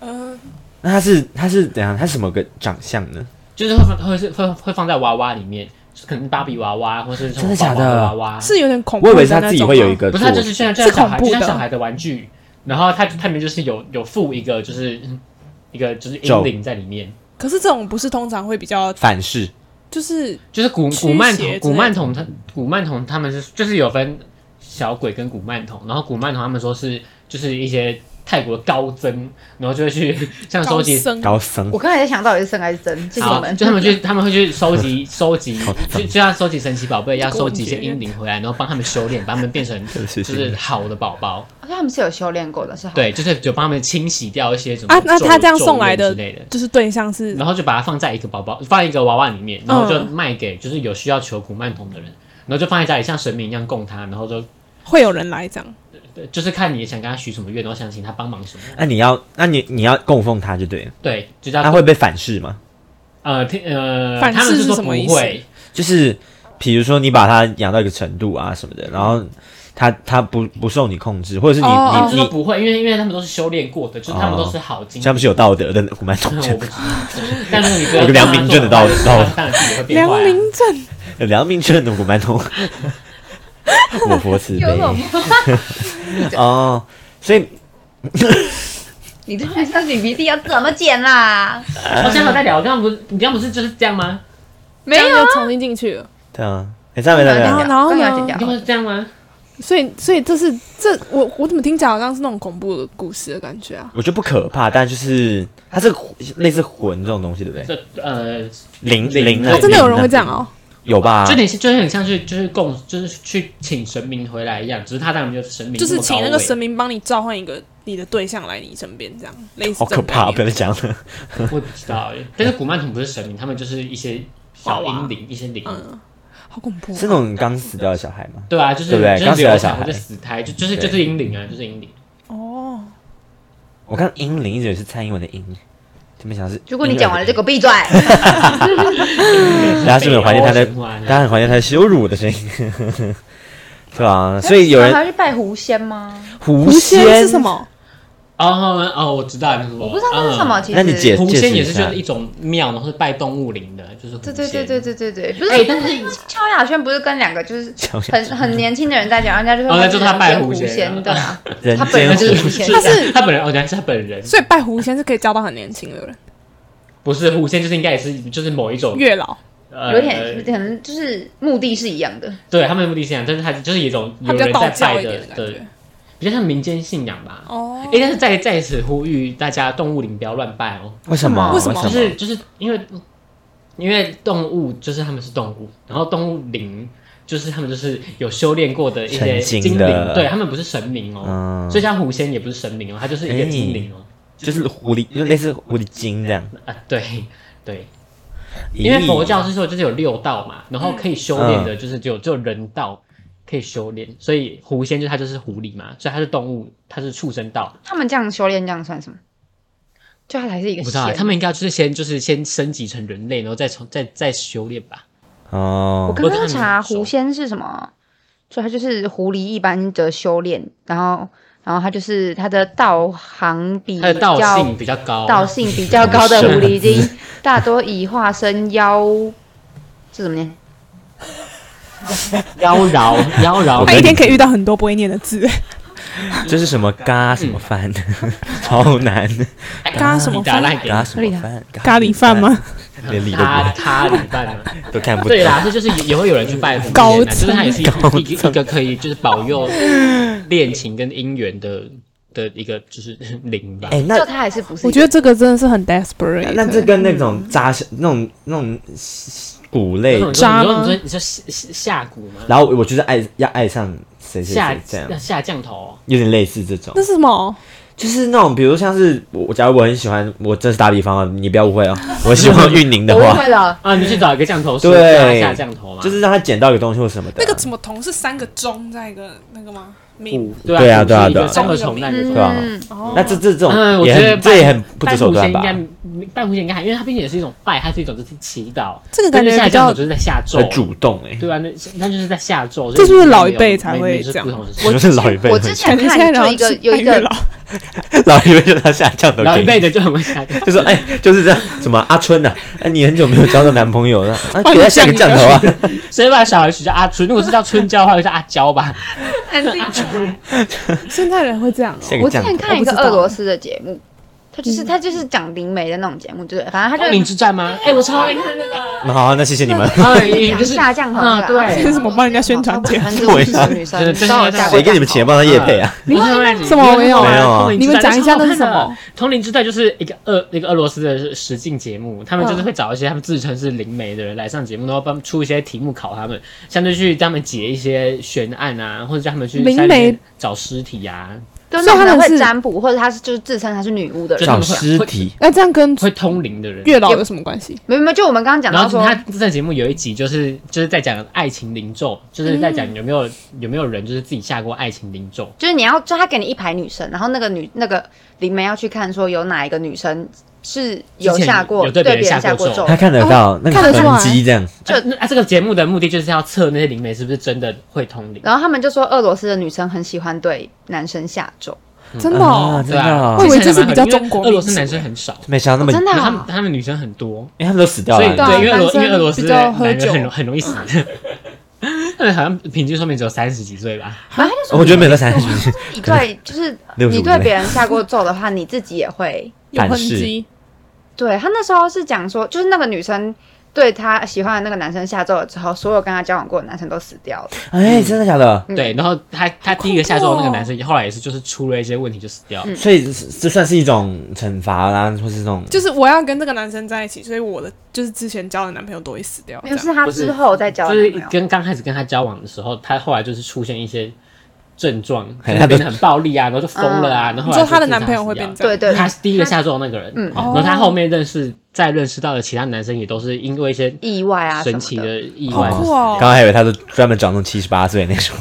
Speaker 4: 呃，
Speaker 3: 那他是他是怎样？他是什么个长相呢？
Speaker 2: 就是会放会是会会放在娃娃里面，就是可能芭比娃娃或是什么
Speaker 3: 真的假
Speaker 2: 宝
Speaker 3: 的
Speaker 2: 宝的娃娃，
Speaker 4: 是有点恐怖
Speaker 3: 我
Speaker 4: 的
Speaker 3: 以
Speaker 4: 那
Speaker 3: 为是
Speaker 4: 种哦吗。
Speaker 3: 他自己会有一个
Speaker 2: 不
Speaker 3: 呃做
Speaker 2: 是，它就是像像
Speaker 4: 是
Speaker 2: 小孩，就
Speaker 4: 恐怖的
Speaker 2: 像小孩的玩具，然后它它里面就是有有附一个就是一个就是
Speaker 3: 咒
Speaker 2: 英灵在里面，
Speaker 4: 可是这种不是通常会比较，
Speaker 3: 反噬
Speaker 4: 就是
Speaker 2: 就是古
Speaker 4: 驱邪
Speaker 2: 古曼
Speaker 4: 之类的
Speaker 2: 童古曼童他古曼童他们是就是有分小鬼跟古曼童，然后古曼童他们说是就是一些泰国高僧，然后就会去像收
Speaker 4: 高
Speaker 2: 集。
Speaker 4: 僧
Speaker 3: 高僧
Speaker 1: 我，刚才在想到底是真还是真，谢谢你
Speaker 2: 好，
Speaker 1: 们。
Speaker 2: 就他们去，他们会去收集收集，就就像收集神奇宝贝，要
Speaker 4: 这个
Speaker 2: 收
Speaker 4: 问题
Speaker 2: 集一些英灵回来，然后帮他们修炼，把他们变成
Speaker 3: 是
Speaker 2: 就是好的宝宝。
Speaker 1: 好像他们是有修炼过的，是好。
Speaker 2: 对，就是就帮他们清洗掉一些什么
Speaker 4: 啊那
Speaker 2: 皱
Speaker 4: 他这样
Speaker 2: 皱
Speaker 4: 送来
Speaker 2: 纹
Speaker 4: 的
Speaker 2: 之类的，
Speaker 4: 就是对象是
Speaker 2: 然后就把它放在一个包包，放在一个娃娃里面，然后就
Speaker 4: 嗯
Speaker 2: 卖给就是有需要求古曼童的人，然后就放在家里像神明一样供他，然后就
Speaker 4: 会有人来这样。
Speaker 2: 呃就是看你想跟他许什么愿，然后想请他帮忙什么。
Speaker 3: 那你要那你你要供奉他就对了，
Speaker 2: 对，就叫
Speaker 3: 他会被反噬吗？
Speaker 2: 呃听呃，
Speaker 4: 反
Speaker 2: 他们
Speaker 4: 噬
Speaker 2: 是
Speaker 4: 是
Speaker 2: 说
Speaker 4: 什么
Speaker 2: 不
Speaker 4: 意思
Speaker 2: 会，
Speaker 3: 就是比如说你把它养到一个程度啊什么的，然后它它不不受你控制，或者是你
Speaker 4: 哦
Speaker 2: 他们
Speaker 3: 你
Speaker 2: 是
Speaker 3: 你
Speaker 2: 说，不会，因为因为他们都是修炼过的，就是他们
Speaker 3: 哦
Speaker 2: 都是好精。
Speaker 3: 他们是有道德的古曼 童，
Speaker 2: 我不 知道，但是你不要
Speaker 3: 有个良民证的道理
Speaker 2: 当然当然自己也会变
Speaker 4: 良
Speaker 2: 坏啊。
Speaker 4: 民证，
Speaker 3: 有良民证的古曼 童，我佛慈
Speaker 1: 有
Speaker 3: 悲
Speaker 1: 种，
Speaker 3: 哦。所以
Speaker 1: 你这个像女鼻涕要怎么剪啊啦？
Speaker 2: 我现在在聊，我刚刚不是你刚刚不是就是这样吗？
Speaker 1: 没
Speaker 4: 这
Speaker 1: 有，啊
Speaker 4: 样就重新进去了。
Speaker 3: 对啊，哎，这样没这
Speaker 4: 然后
Speaker 3: 样，
Speaker 4: 然后呢
Speaker 1: 更要剪
Speaker 2: 你刚
Speaker 1: 掉
Speaker 2: 刚。是这样吗？
Speaker 4: 所以，所以这是这我我怎么听起来好像是那种恐怖的故事的感觉啊？
Speaker 3: 我觉得不可怕，但就是它是类似魂这种东西，对不对？
Speaker 2: 这呃，
Speaker 3: 灵
Speaker 2: 灵
Speaker 3: 灵
Speaker 2: 哦
Speaker 3: 啊，
Speaker 4: 真的有人
Speaker 3: 灵啊
Speaker 4: 会这样哦？
Speaker 3: 有吧
Speaker 2: 就？有点像就有点像去就是供就是去请神明回来一样，只是他当然没有神明
Speaker 4: 就是
Speaker 2: 么高
Speaker 4: 请那
Speaker 3: 欸
Speaker 4: 个
Speaker 2: 位
Speaker 4: 神，明帮你召唤一个你的对象来你身边，这样类似
Speaker 3: 好
Speaker 4: 这
Speaker 3: 可
Speaker 4: 种概
Speaker 3: 怕，
Speaker 4: 念
Speaker 3: 不要再讲了。
Speaker 2: 我也不知道欸。但是古曼童不是神明，他们就是一些小
Speaker 4: 娃娃
Speaker 2: 英灵，一些灵，
Speaker 4: 嗯，好恐怖哦、
Speaker 3: 是那种刚死掉的小孩吗？
Speaker 2: 对啊，就是
Speaker 3: 对不对
Speaker 2: 就
Speaker 3: 刚
Speaker 2: 是
Speaker 3: 才
Speaker 2: 流
Speaker 3: 有小
Speaker 2: 产
Speaker 3: 孩
Speaker 2: 或者死胎，就就是
Speaker 3: 对
Speaker 2: 就是英灵啊，就是英灵。
Speaker 4: 哦，
Speaker 3: 我看英灵一直是蔡英文的英，就没想到是。
Speaker 1: 如果你讲完了这个，闭嘴。
Speaker 3: 大家是不是很怀念他的
Speaker 2: 北欧神话
Speaker 3: 大家很怀念他的羞辱我的声音， 对啊，所以有
Speaker 1: 他
Speaker 3: 人
Speaker 1: 还要去拜狐仙吗？
Speaker 3: 狐
Speaker 4: 狐仙
Speaker 3: 仙
Speaker 4: 是 什？么？
Speaker 2: 哦哦，我知道那是什么，
Speaker 1: 我不知道那是什么，
Speaker 2: 嗯。
Speaker 1: 其实。
Speaker 3: 那你解
Speaker 2: 狐
Speaker 3: 解释
Speaker 2: 仙也
Speaker 3: 一
Speaker 2: 是
Speaker 3: 下
Speaker 2: 就是一种庙，然后是拜动物灵的，就是狐
Speaker 1: 对
Speaker 2: 仙
Speaker 1: 对对对对对对，不是，
Speaker 2: 哎
Speaker 1: 但是萧亚轩不是跟两个就是
Speaker 3: 萧亚轩
Speaker 1: 很很年轻的人在讲，人家就说
Speaker 2: 哦那就是他拜
Speaker 1: 狐
Speaker 2: 狐仙
Speaker 1: 仙，对啊，
Speaker 3: 人
Speaker 1: 他本
Speaker 3: 间
Speaker 1: 人就是
Speaker 3: 狐
Speaker 1: 狐仙，
Speaker 4: 他 是
Speaker 2: 他本人，哦，原来是他本人，
Speaker 4: 所以拜狐仙是可以交到很年轻的人，
Speaker 2: 不是狐仙，就是应该也是就是某一种
Speaker 4: 月老
Speaker 2: 呃
Speaker 1: 有点可能就是目的是一样的，
Speaker 2: 对他们的目的信仰，但是他就是有一种
Speaker 4: 他
Speaker 2: 有
Speaker 4: 比较
Speaker 2: 人
Speaker 4: 道
Speaker 2: 在
Speaker 4: 教
Speaker 2: 拜
Speaker 4: 一点
Speaker 2: 的
Speaker 4: 的感
Speaker 2: 的
Speaker 4: 觉。
Speaker 2: 比较像民间信仰吧。
Speaker 4: 哦
Speaker 2: 哎、，但是在在此呼吁大家，动物灵不要乱拜哦，
Speaker 3: 为什么？
Speaker 4: 为什么
Speaker 2: 就
Speaker 4: 为
Speaker 2: 是就是因为因为动物就是他们是动物，然后动物灵就是他们就是有修炼过的一些
Speaker 3: 成精
Speaker 2: 精灵，
Speaker 3: 的
Speaker 2: 对他们不是神明哦，
Speaker 3: 嗯
Speaker 2: 所以像狐仙也不是神明哦，它就是一个
Speaker 3: 哎
Speaker 2: 精灵哦，
Speaker 3: 就是狐狸，就类似狐狸精这样。
Speaker 2: 啊对对，因为佛教是说就是有六道嘛，然后可以修炼的就是只有只有人道。可以修炼，所以狐仙就是它就是狐狸嘛，所以它是动物，它是畜生道，
Speaker 1: 他们这样修炼这样算什么？就他才是一个
Speaker 2: 我不
Speaker 1: 仙，
Speaker 2: 知道啊，他们应该就是先就是先升级成人类，然后再从再再修炼吧。
Speaker 1: 我
Speaker 3: 哦，
Speaker 1: 刚
Speaker 2: 我看
Speaker 1: 刚
Speaker 2: 他们
Speaker 1: 查
Speaker 2: 很熟
Speaker 1: 狐仙是什么，就它就是狐狸一般的修炼，然后然后它就是它的道行比
Speaker 2: 它的道
Speaker 1: 较
Speaker 2: 性比较高，啊
Speaker 1: 道性比较高的
Speaker 3: 是
Speaker 1: 狐狸精，大多以化身妖，这怎么念？
Speaker 2: 妖娆妖娆，
Speaker 4: 他一天可以遇到很多不会念的字，
Speaker 3: 这是什么咖什么饭，
Speaker 2: 嗯
Speaker 3: 超难。
Speaker 4: 嘎什么
Speaker 2: 你打
Speaker 4: 饭？
Speaker 2: 烂给
Speaker 3: 咖什么饭？
Speaker 4: 咖喱饭吗？？
Speaker 3: 连理都
Speaker 2: 他
Speaker 3: 不
Speaker 2: 他礼拜 吗？
Speaker 3: 都看不懂
Speaker 2: 对。啦，这就是也会有人去拜狐
Speaker 4: 高
Speaker 2: 仙啊，就是它也是一
Speaker 3: 层
Speaker 2: 一个一个可以就是保佑恋情跟姻缘的的一个就是零吧。
Speaker 3: 哎、那
Speaker 1: 就他还是不是一个？
Speaker 4: 我觉得这个真的是很 desperate。
Speaker 3: 那这跟那种扎小那种那种骨
Speaker 2: 那
Speaker 3: 类
Speaker 2: 种，
Speaker 4: 渣
Speaker 2: 你说你说
Speaker 4: 吗
Speaker 2: 你说下下下蛊吗？
Speaker 3: 然后我就是爱要爱上谁谁
Speaker 2: 下
Speaker 3: 谁这样，
Speaker 2: 下降头哦
Speaker 3: 有点类似这种
Speaker 4: 那，是什么？
Speaker 3: 就是那种比如像是我，我假如我很喜欢，我这是打比方啊，你不要误会哦，我喜欢运宁的
Speaker 1: 我误
Speaker 3: 话，
Speaker 1: 会了，
Speaker 2: 啊！你去找一个降头师，
Speaker 3: 哎对
Speaker 2: 叫他下降头吗？ 啊
Speaker 3: 就是让他捡到一个东西或什么的啊，
Speaker 4: 那个什么铜是三个钟在一个那个吗？米
Speaker 2: 蛊对啊
Speaker 3: 对啊对啊
Speaker 2: 蛊是一
Speaker 3: 对
Speaker 2: 个
Speaker 3: 啊
Speaker 2: 三个虫那个虫
Speaker 3: 对吧
Speaker 1: 嗯，
Speaker 4: 哦
Speaker 3: 那这这这
Speaker 2: 嗯，
Speaker 3: 种
Speaker 2: 我
Speaker 3: 也
Speaker 2: 觉得
Speaker 3: 很这也很不
Speaker 2: 半
Speaker 3: 择手段
Speaker 2: 半
Speaker 3: 吧
Speaker 2: 弧？线应该半弧线应该还，因为它毕竟也是一种拜，它是一种就是祈祷。
Speaker 4: 这个感觉
Speaker 2: 但是下
Speaker 4: 比
Speaker 2: 降
Speaker 4: 较
Speaker 2: 头就是在下咒，
Speaker 3: 很主动哎、
Speaker 2: 对啊，那那就是在下咒。
Speaker 4: 这是不是老一辈
Speaker 2: 没有
Speaker 4: 才会
Speaker 2: 没没是
Speaker 4: 这样
Speaker 2: 不同的事
Speaker 3: 我 就是老一辈的，
Speaker 1: 我之前
Speaker 4: 感觉现在
Speaker 1: 看就
Speaker 4: 老
Speaker 1: 一个
Speaker 4: 是
Speaker 1: 有一
Speaker 4: 越
Speaker 1: 个
Speaker 4: 老，
Speaker 3: 老一辈就他下降头，
Speaker 2: 老一辈的就很会下降。
Speaker 3: 就说哎、就是这样，什么阿春呐、啊，哎、你很久没有交到男朋友了，啊，给他下个降头啊，
Speaker 2: 谁把小孩取叫阿春？如果是叫春娇的话，就叫阿娇 吧。
Speaker 1: 安静。
Speaker 4: 现在人会这样哦。
Speaker 3: 下
Speaker 1: 我
Speaker 3: 个
Speaker 1: 之
Speaker 3: 降
Speaker 1: 前
Speaker 3: 头。
Speaker 1: 看一个
Speaker 4: 我不知道
Speaker 1: 俄罗斯的节目，他就是他就是讲灵媒的那种节目，就是反正他
Speaker 2: 幽
Speaker 1: 就
Speaker 2: 灵之战 吗？哎、我超爱看那个。
Speaker 3: 那好，那谢谢你们。
Speaker 2: 哎，就是
Speaker 1: 下降头
Speaker 2: 嗯，
Speaker 4: 这
Speaker 2: 对
Speaker 4: 是，什么帮人家宣传节目
Speaker 1: 反正我是女生，
Speaker 2: 对
Speaker 1: 知道我嫁过
Speaker 3: 谁给你们
Speaker 1: 降
Speaker 3: 钱帮他夜配
Speaker 4: 嗯
Speaker 3: 啊？
Speaker 2: 你看那集
Speaker 4: 什么没有
Speaker 3: 没有啊
Speaker 2: 通灵
Speaker 4: 你
Speaker 2: 之
Speaker 4: 们
Speaker 2: 战哦
Speaker 4: 讲一下
Speaker 2: 超好
Speaker 4: 那
Speaker 2: 看
Speaker 4: 是什
Speaker 2: 的
Speaker 4: 么？
Speaker 2: 通灵之战就是一个俄那个俄罗斯的实境节目，他们就是
Speaker 4: 嗯
Speaker 2: 会找一些他们自称是灵媒的人来上节目，然后帮他们出一些题目考他们，像是去叫他们解一些悬案啊，或者叫他们去
Speaker 4: 灵
Speaker 2: 山里面
Speaker 4: 媒
Speaker 2: 找尸体啊，
Speaker 1: 头，就是
Speaker 4: 所以
Speaker 1: 他
Speaker 4: 他
Speaker 1: 们
Speaker 4: 们
Speaker 1: 会
Speaker 4: 是
Speaker 1: 占卜，或者他是就是自称他是女巫的
Speaker 2: 就
Speaker 1: 人，
Speaker 3: 找尸体，
Speaker 4: 那这样跟
Speaker 2: 会通灵的人。
Speaker 4: 月老有什么关系？
Speaker 1: 没有没有，就我们刚刚讲
Speaker 2: 然
Speaker 1: 到
Speaker 2: 后
Speaker 1: 说
Speaker 2: 他，这节目有一集就是就是在讲爱情灵咒，就是在
Speaker 4: 嗯
Speaker 2: 讲有没有、有没有人就是自己下过爱情灵咒，啊
Speaker 1: 就是你要就他给你一排女生，然后那个女那个灵媒要去看说有哪一个女生是有
Speaker 2: 之前
Speaker 1: 下过
Speaker 2: 有对别人
Speaker 1: 别
Speaker 2: 下
Speaker 1: 下
Speaker 2: 过
Speaker 1: 过
Speaker 2: 咒
Speaker 1: 咒
Speaker 3: 他，看得到那个
Speaker 4: 嗯哦看得出
Speaker 3: 痕
Speaker 4: 来
Speaker 3: 迹这样。
Speaker 2: 就那、啊、这个节目的目的就是要测那些灵媒是不是真的会通灵。
Speaker 1: 然后他们就说俄罗斯的女生很喜欢对男生下咒，
Speaker 4: 真的
Speaker 3: 啊，
Speaker 4: 哦，
Speaker 3: 真的哦
Speaker 4: 我以为
Speaker 2: 其
Speaker 4: 这是
Speaker 2: 实还蛮
Speaker 4: 比较
Speaker 2: 因为
Speaker 4: 中国
Speaker 2: 俄罗斯
Speaker 4: 民族
Speaker 2: 男生很少，
Speaker 3: 没想到那么
Speaker 1: 真，的
Speaker 2: 因为他
Speaker 1: 啊
Speaker 2: 们他们女生很多，
Speaker 3: 因为他们都死掉
Speaker 2: 所以
Speaker 3: 了。
Speaker 4: 哦对啊
Speaker 2: 对，因为俄罗
Speaker 4: 男生
Speaker 2: 因为俄罗斯
Speaker 4: 比
Speaker 2: 的
Speaker 4: 较喝
Speaker 2: 男人很
Speaker 4: 酒
Speaker 2: 很容易死， 他们好像平均寿命只有三十几岁吧。
Speaker 1: 然后他就说
Speaker 2: 哦
Speaker 3: 我觉得没有到三十岁，
Speaker 1: 你对 就是
Speaker 3: 65
Speaker 1: 你对别人下过咒的话，你自己也会。
Speaker 4: 有痕
Speaker 3: 反噬
Speaker 4: 迹，
Speaker 1: 对他那时候是讲说，就是那个女生对他喜欢的那个男生下咒了之后，所有跟他交往过的男生都死掉了。
Speaker 4: 嗯
Speaker 3: 哎，真的假的？
Speaker 2: 对，然后他他第一个下咒的那个男生，
Speaker 4: 哦
Speaker 2: 后来也是就是出了一些问题就死
Speaker 4: 嗯
Speaker 2: 掉了。
Speaker 3: 所以这算是一种惩罚啦，或是这种
Speaker 4: 就是我要跟这个男生在一起，所以我的就是之前交的男朋友都会死掉。这
Speaker 1: 就
Speaker 4: 样
Speaker 1: 是他之后再交
Speaker 2: 就
Speaker 1: 男
Speaker 2: 是
Speaker 1: 朋友，
Speaker 2: 跟刚开始跟他交往的时候，他后来就是出现一些症状，就
Speaker 3: 嘿
Speaker 2: 是
Speaker 3: 他都嗯
Speaker 2: 变得很暴力啊，然后就疯了啊，然后后
Speaker 4: 你
Speaker 2: 来
Speaker 4: 说
Speaker 2: 就
Speaker 4: 她的
Speaker 2: 自杀
Speaker 4: 男朋友会
Speaker 2: 死掉
Speaker 4: 变哦这样？
Speaker 1: 对对
Speaker 2: 他是第一个下咒的那个人，
Speaker 1: 嗯
Speaker 2: 然后他后面认识再认识到的其他男生也都是因为一些
Speaker 1: 意外啊什
Speaker 2: 神
Speaker 1: 么
Speaker 2: 奇
Speaker 1: 的。
Speaker 2: 的意
Speaker 4: 好
Speaker 2: 外。
Speaker 4: 酷哦
Speaker 3: 刚！刚还以为他是专门找那种七十八岁那 种，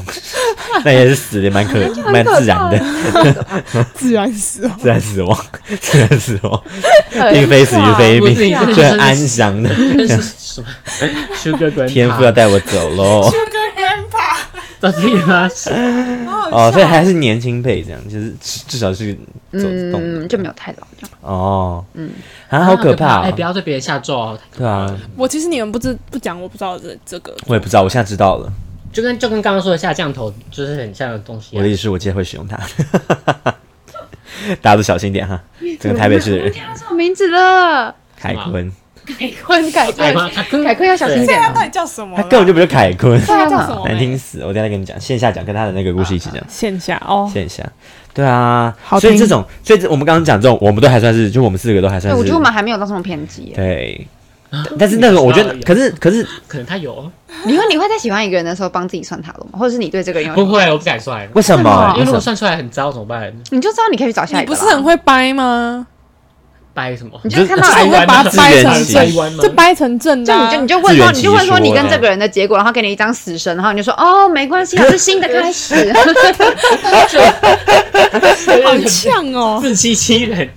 Speaker 3: 那也是死的蛮可蛮自然的，
Speaker 4: 自然死哦。
Speaker 3: 自然死 亡，自然死亡，
Speaker 1: 很
Speaker 3: 并非死于非
Speaker 2: 我
Speaker 3: 命，
Speaker 2: 自己真的
Speaker 3: 是
Speaker 2: 是
Speaker 3: 很安详的。
Speaker 2: 但是什么 Sugar Grandpa
Speaker 3: 天赋要啊带我走喽！
Speaker 2: 到底吗？
Speaker 3: 哦，所以还是年轻配这样，就是至至少是走得动的
Speaker 1: 嗯，就没有太老这样。
Speaker 3: 哦，嗯，啊，好可怕
Speaker 2: 哎，不
Speaker 3: 哦！
Speaker 2: 要对别人下咒哦，
Speaker 3: 对啊，
Speaker 4: 我其实你们不知不讲，我不知道这这个。
Speaker 3: 我也不知道，我现在知道了。
Speaker 2: 就跟就跟刚刚说的下降头就是很像的东西
Speaker 3: 我
Speaker 2: 啊
Speaker 3: 的。意思是我今天会使用它， 大家都小心一点哈。整个台北市的人，
Speaker 1: 叫什么名字了？
Speaker 3: 凯坤，
Speaker 1: 凯 坤，凯
Speaker 2: 哎
Speaker 1: 坤，
Speaker 2: 妈他跟
Speaker 1: 凯坤要小心一
Speaker 4: 现
Speaker 1: 点
Speaker 4: 在
Speaker 1: 啊。
Speaker 3: 哎
Speaker 4: 到底叫什么
Speaker 3: 他
Speaker 4: 啦？
Speaker 3: 根本就不是凯坤，
Speaker 4: 对啊，叫什么？
Speaker 3: 难听死了！我等一下跟你讲，线下讲跟他的那个故事一起讲。
Speaker 4: 线下哦，
Speaker 3: 线下，对啊，
Speaker 4: 好
Speaker 3: 所以
Speaker 4: 听
Speaker 3: 这种，所以这我们刚刚讲这种，我们都还算是，就我们四个都还
Speaker 1: 对，
Speaker 3: 算
Speaker 1: 我
Speaker 3: 是
Speaker 1: 觉得我们还没有到这么偏激耶。
Speaker 3: 对。但是那个，我觉得，可是可是
Speaker 2: 可能他有，
Speaker 1: 你会你会在喜欢一个人的时候帮自己算塔罗吗？或者是你对这个人
Speaker 2: 不
Speaker 1: 有，
Speaker 2: 会，我不敢算，
Speaker 3: 为什么？为
Speaker 2: 因为如
Speaker 3: 什
Speaker 2: 果
Speaker 3: 么？
Speaker 2: 算出来很糟怎么办？
Speaker 1: 你就知道你可以去找下
Speaker 4: 你
Speaker 1: 一个
Speaker 4: 不
Speaker 1: 了。
Speaker 4: 是很会掰吗？
Speaker 2: 掰什么
Speaker 1: 你？就看到人
Speaker 4: 就是
Speaker 1: 家
Speaker 4: 我会把它掰成
Speaker 3: 自圆
Speaker 2: 其
Speaker 4: 正，
Speaker 2: 说
Speaker 4: 就掰成正的
Speaker 1: 就你
Speaker 4: 啊。
Speaker 1: 就你就问说
Speaker 3: 自圆其
Speaker 1: 你就问说
Speaker 3: 说
Speaker 1: 你跟这个人的结果，然后给你一张死神，然后你就说哦没关系啊，是新的开始。
Speaker 4: 好呛哦！
Speaker 2: 自欺欺人，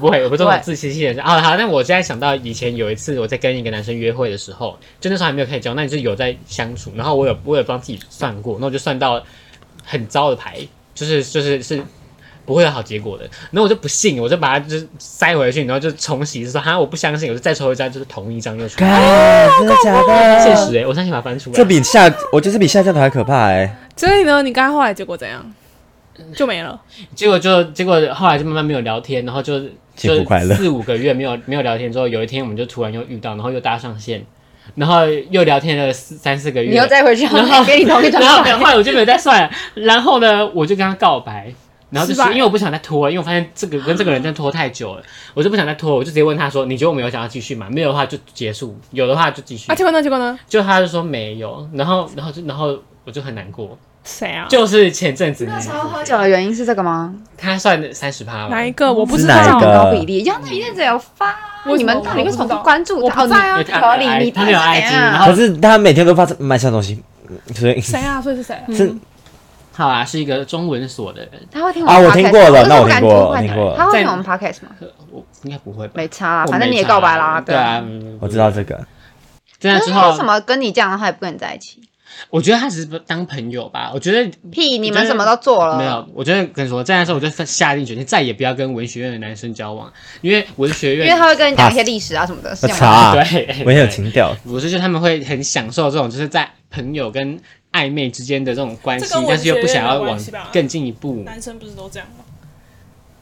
Speaker 2: 不会，我不是
Speaker 1: 对
Speaker 2: 自欺欺人。啊，好，那我现在想到以前有一次我在跟一个男生约会的时候，就那时候还没有开始交往，那你就有在相处，然后我有我有帮自己算过，那我就算到很糟的牌，就是 就是是。不会有好结果的，然后我就不信，我就把它就是塞回去，然后就重洗，就说哈我不相信，我就再抽一张，就是同一张又出来。
Speaker 3: 哎真的假
Speaker 2: 现
Speaker 3: 的？
Speaker 2: 实哎、我相信把它翻出来。
Speaker 3: 这比下，我觉得这比下降头还可怕哎！
Speaker 4: 所以呢，你 刚刚后来结果怎样？就没了。
Speaker 2: 结果就结果后来就慢慢没有聊天，然后就
Speaker 3: 幸福
Speaker 2: 就
Speaker 3: 快乐
Speaker 2: 四五个月没有没有聊天之后，有一天我们就突然又遇到，然后又搭上线，然后又聊天了四三四个月，
Speaker 1: 你又再回去，然
Speaker 2: 然
Speaker 1: 后
Speaker 2: 后
Speaker 1: 给你同一张
Speaker 2: 然后
Speaker 1: 牌。
Speaker 2: 然后后来我就没有再算了，然后呢，我就跟他告白，然后就
Speaker 4: 失
Speaker 2: 是
Speaker 4: 败
Speaker 2: 因为我不想再拖了，因为我发现这个跟这个人真的拖太久了，我就不想再拖了，我就直接问他说：“你觉得我们有想要继续吗？没有的话就结束，有的话就继续。
Speaker 4: 啊，”结果呢？结果呢？
Speaker 2: 就他就说没有，然后然后就然后我就很难过，
Speaker 4: 谁啊？
Speaker 2: 就是前阵子
Speaker 1: 那时候喝酒的原因是这个吗？
Speaker 2: 他算三十趴吧
Speaker 4: 哪一，个？我不知
Speaker 3: 哪一
Speaker 4: 道
Speaker 3: 个。
Speaker 1: 高比例，要那一阵子有发，
Speaker 4: 为
Speaker 1: 你
Speaker 4: 什么
Speaker 1: 们到底为什么
Speaker 4: 我不知
Speaker 1: 不
Speaker 4: 道
Speaker 1: 关注他？
Speaker 4: 我不在
Speaker 1: 哦
Speaker 2: 因
Speaker 4: 啊
Speaker 2: 为
Speaker 1: 你
Speaker 2: 他
Speaker 1: 合理，你
Speaker 2: 他没有 IG，然后
Speaker 3: 可是他每天都发卖相东西，嗯所以
Speaker 4: 谁啊？所以是谁啊？
Speaker 3: 是
Speaker 2: 好啊，是一个中文所的人，
Speaker 1: 他会听
Speaker 3: 啊
Speaker 1: 们
Speaker 3: 我听
Speaker 1: podcast
Speaker 3: 过
Speaker 1: 可
Speaker 3: 了
Speaker 1: 是
Speaker 3: 那我
Speaker 1: 不敢
Speaker 3: 听过
Speaker 1: 听坏的
Speaker 3: 听过了
Speaker 1: 他会听
Speaker 2: 在
Speaker 1: 我们 podcast 吗？
Speaker 2: 我应该不会吧？
Speaker 1: 没差啦，
Speaker 2: 我
Speaker 1: 啊反正你
Speaker 2: 没
Speaker 1: 也
Speaker 2: 查
Speaker 1: 告白啦，
Speaker 2: 对啊，嗯
Speaker 3: 我知道。这个。
Speaker 2: 真
Speaker 1: 可
Speaker 2: 的
Speaker 1: 是
Speaker 2: 之
Speaker 1: 他
Speaker 2: 后
Speaker 1: 为什，么跟你这样的话也不跟你在一起？
Speaker 2: 我觉得他只是当朋友吧。我觉得
Speaker 1: 屁，你
Speaker 2: 嗯我觉
Speaker 1: 们
Speaker 2: 得
Speaker 1: 什么都做了，
Speaker 2: 没有，我觉得跟你说，在那时候我就下定决心，再也不要跟文学院的男生交往，因为文学
Speaker 1: 因为
Speaker 2: 院
Speaker 1: 他会跟你讲一些历史啊什么的。是这
Speaker 3: 我
Speaker 1: 样
Speaker 3: 操、
Speaker 1: 吗
Speaker 3: 啊！
Speaker 2: 对，
Speaker 4: 嗯
Speaker 3: 我也有情调。
Speaker 2: 我是觉得他们会很享受这种，就是在朋友跟暧昧之间的这种关系
Speaker 4: 这跟，文
Speaker 2: 但
Speaker 4: 学
Speaker 2: 是又不想要
Speaker 4: 院有
Speaker 2: 往
Speaker 4: 关系吧
Speaker 2: 更进一
Speaker 3: 嗯
Speaker 2: 步。
Speaker 4: 男生不是都这样吗？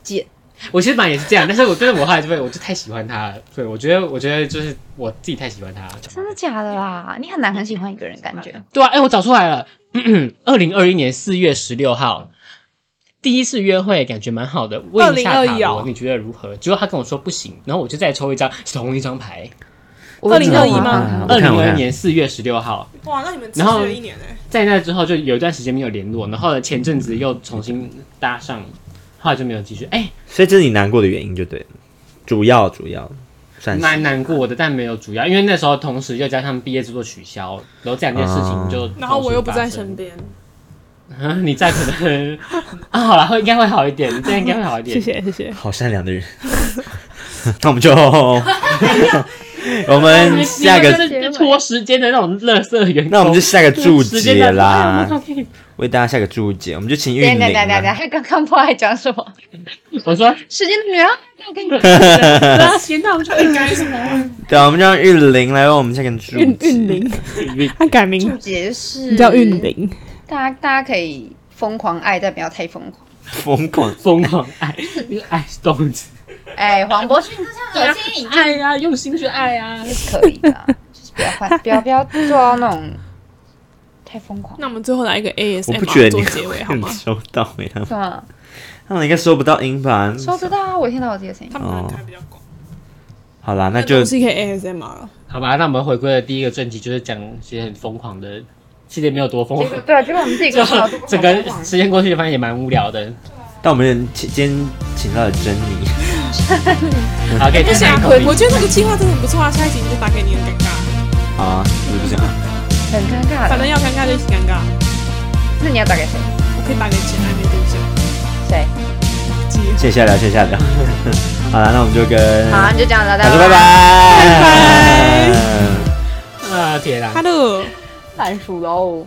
Speaker 1: 姐，
Speaker 2: 我其实本来也是这样，但是我真的我后来就被我就太喜欢他了，对我觉得我觉得就是我自己太喜欢他了。
Speaker 1: 真的假的啦？你很难很喜欢一个人，感 觉
Speaker 2: 对啊，哎、我找出来了， 二零二一年四月十六号，第一次约会感觉蛮好的，问一下塔
Speaker 4: 2021哦
Speaker 2: 罗你觉得如何？结果他跟我说不行，然后我就再抽一张同一张牌，
Speaker 1: 我只是
Speaker 4: 2021
Speaker 1: 很
Speaker 4: 吗
Speaker 1: 麻烦
Speaker 3: 我
Speaker 2: 二零
Speaker 3: 看我
Speaker 2: 二一
Speaker 3: 看
Speaker 2: 年四月十六号，
Speaker 4: 哇，那你们持
Speaker 2: 然后
Speaker 4: 续了一年哎、
Speaker 2: 在那之后就有一段时间没有联络，然后前阵子又重新搭上，后来就没有继续，哎、
Speaker 3: 所以这是你难过的原因，就对了。主要主要算是
Speaker 2: 蛮难过的，但没有主要，因为那时候同时又加上毕业制作取消，然后这两件事情就、
Speaker 4: 哦然后我又不在身
Speaker 2: 身边。
Speaker 4: 边，
Speaker 2: 啊， 你在可能啊，好了，会应该会好一点，你这样应该会好一点。
Speaker 4: 谢谢谢。
Speaker 3: 好善良的人。 那我们就我们下
Speaker 2: 你
Speaker 3: 个，
Speaker 2: 们真的是拖时间的那种乐色员工
Speaker 3: 那我们就下个注
Speaker 2: 时间
Speaker 3: 解
Speaker 2: 到
Speaker 3: 啦
Speaker 2: 哎我，们可以
Speaker 3: 为大家下个注解，我们就情欲
Speaker 1: 等一
Speaker 3: 零
Speaker 1: 下等一下等一下，
Speaker 3: 啦。
Speaker 1: 他刚刚不爱讲什么？
Speaker 2: 我说
Speaker 1: 时间的女人，那跟你
Speaker 2: 那行，那我们就应该是
Speaker 3: 对啊，我们就让玉玲来为我们下个注
Speaker 4: 韵韵
Speaker 3: 解。
Speaker 4: 玲，他改名
Speaker 1: 注解是
Speaker 4: 叫韵，玲，
Speaker 1: 大家大家可以疯狂爱，但不要太疯狂。
Speaker 3: 疯
Speaker 4: 哎
Speaker 3: 狂
Speaker 2: 疯狂爱，那个爱是动词，
Speaker 1: 哎，黄渤去，这样恶心，
Speaker 2: 爱啊，用心去爱啊。
Speaker 1: 可以的，就是不要换，不要不要做到那种太疯狂。
Speaker 4: 那我们最后来一个
Speaker 3: 我不觉
Speaker 4: ASMR
Speaker 3: 得
Speaker 4: 做
Speaker 3: 你嗯
Speaker 4: 结尾好吗
Speaker 3: 会？收到没？他们
Speaker 1: 干嘛？
Speaker 3: 他们应该收不到音吧？
Speaker 1: 收得到啊，我听到我自己的声音
Speaker 4: 他。们可能开比较广，
Speaker 3: 好啦，那就
Speaker 4: 西可以 ASMR 了。
Speaker 2: 好吧，那我们回归的第一个正题就是讲一些很疯狂的，其实也没有多疯
Speaker 1: 结
Speaker 2: 狂
Speaker 1: 果，对啊，结果我们自己
Speaker 2: 就
Speaker 1: 跟朋友都
Speaker 2: 整个时间过去，发现也蛮无聊的。
Speaker 3: 但我们今天请到了珍妮，
Speaker 2: 好，可以
Speaker 4: 不
Speaker 2: 听
Speaker 4: 行
Speaker 2: 下
Speaker 4: 啊
Speaker 2: 一，口
Speaker 4: 我
Speaker 2: 音
Speaker 4: 我觉得这个计划真的很不错啊，下一集你就打给你很尴尬，
Speaker 3: 好啊，是不是这样？
Speaker 1: 很尴尬
Speaker 4: 反
Speaker 1: 的。
Speaker 4: 正要尴尬就一起尴尬，
Speaker 1: 那你要打给谁？
Speaker 4: 我可以打给前暧昧对象。
Speaker 1: 谁？
Speaker 4: 机
Speaker 3: 谢谢下聊，谢谢下聊。好啦，那我们就跟
Speaker 1: 好，那就这样了，
Speaker 3: 大家拜拜，
Speaker 4: 拜
Speaker 2: 啊，天啊！
Speaker 4: ，Hello。
Speaker 1: 烂熟喽。哦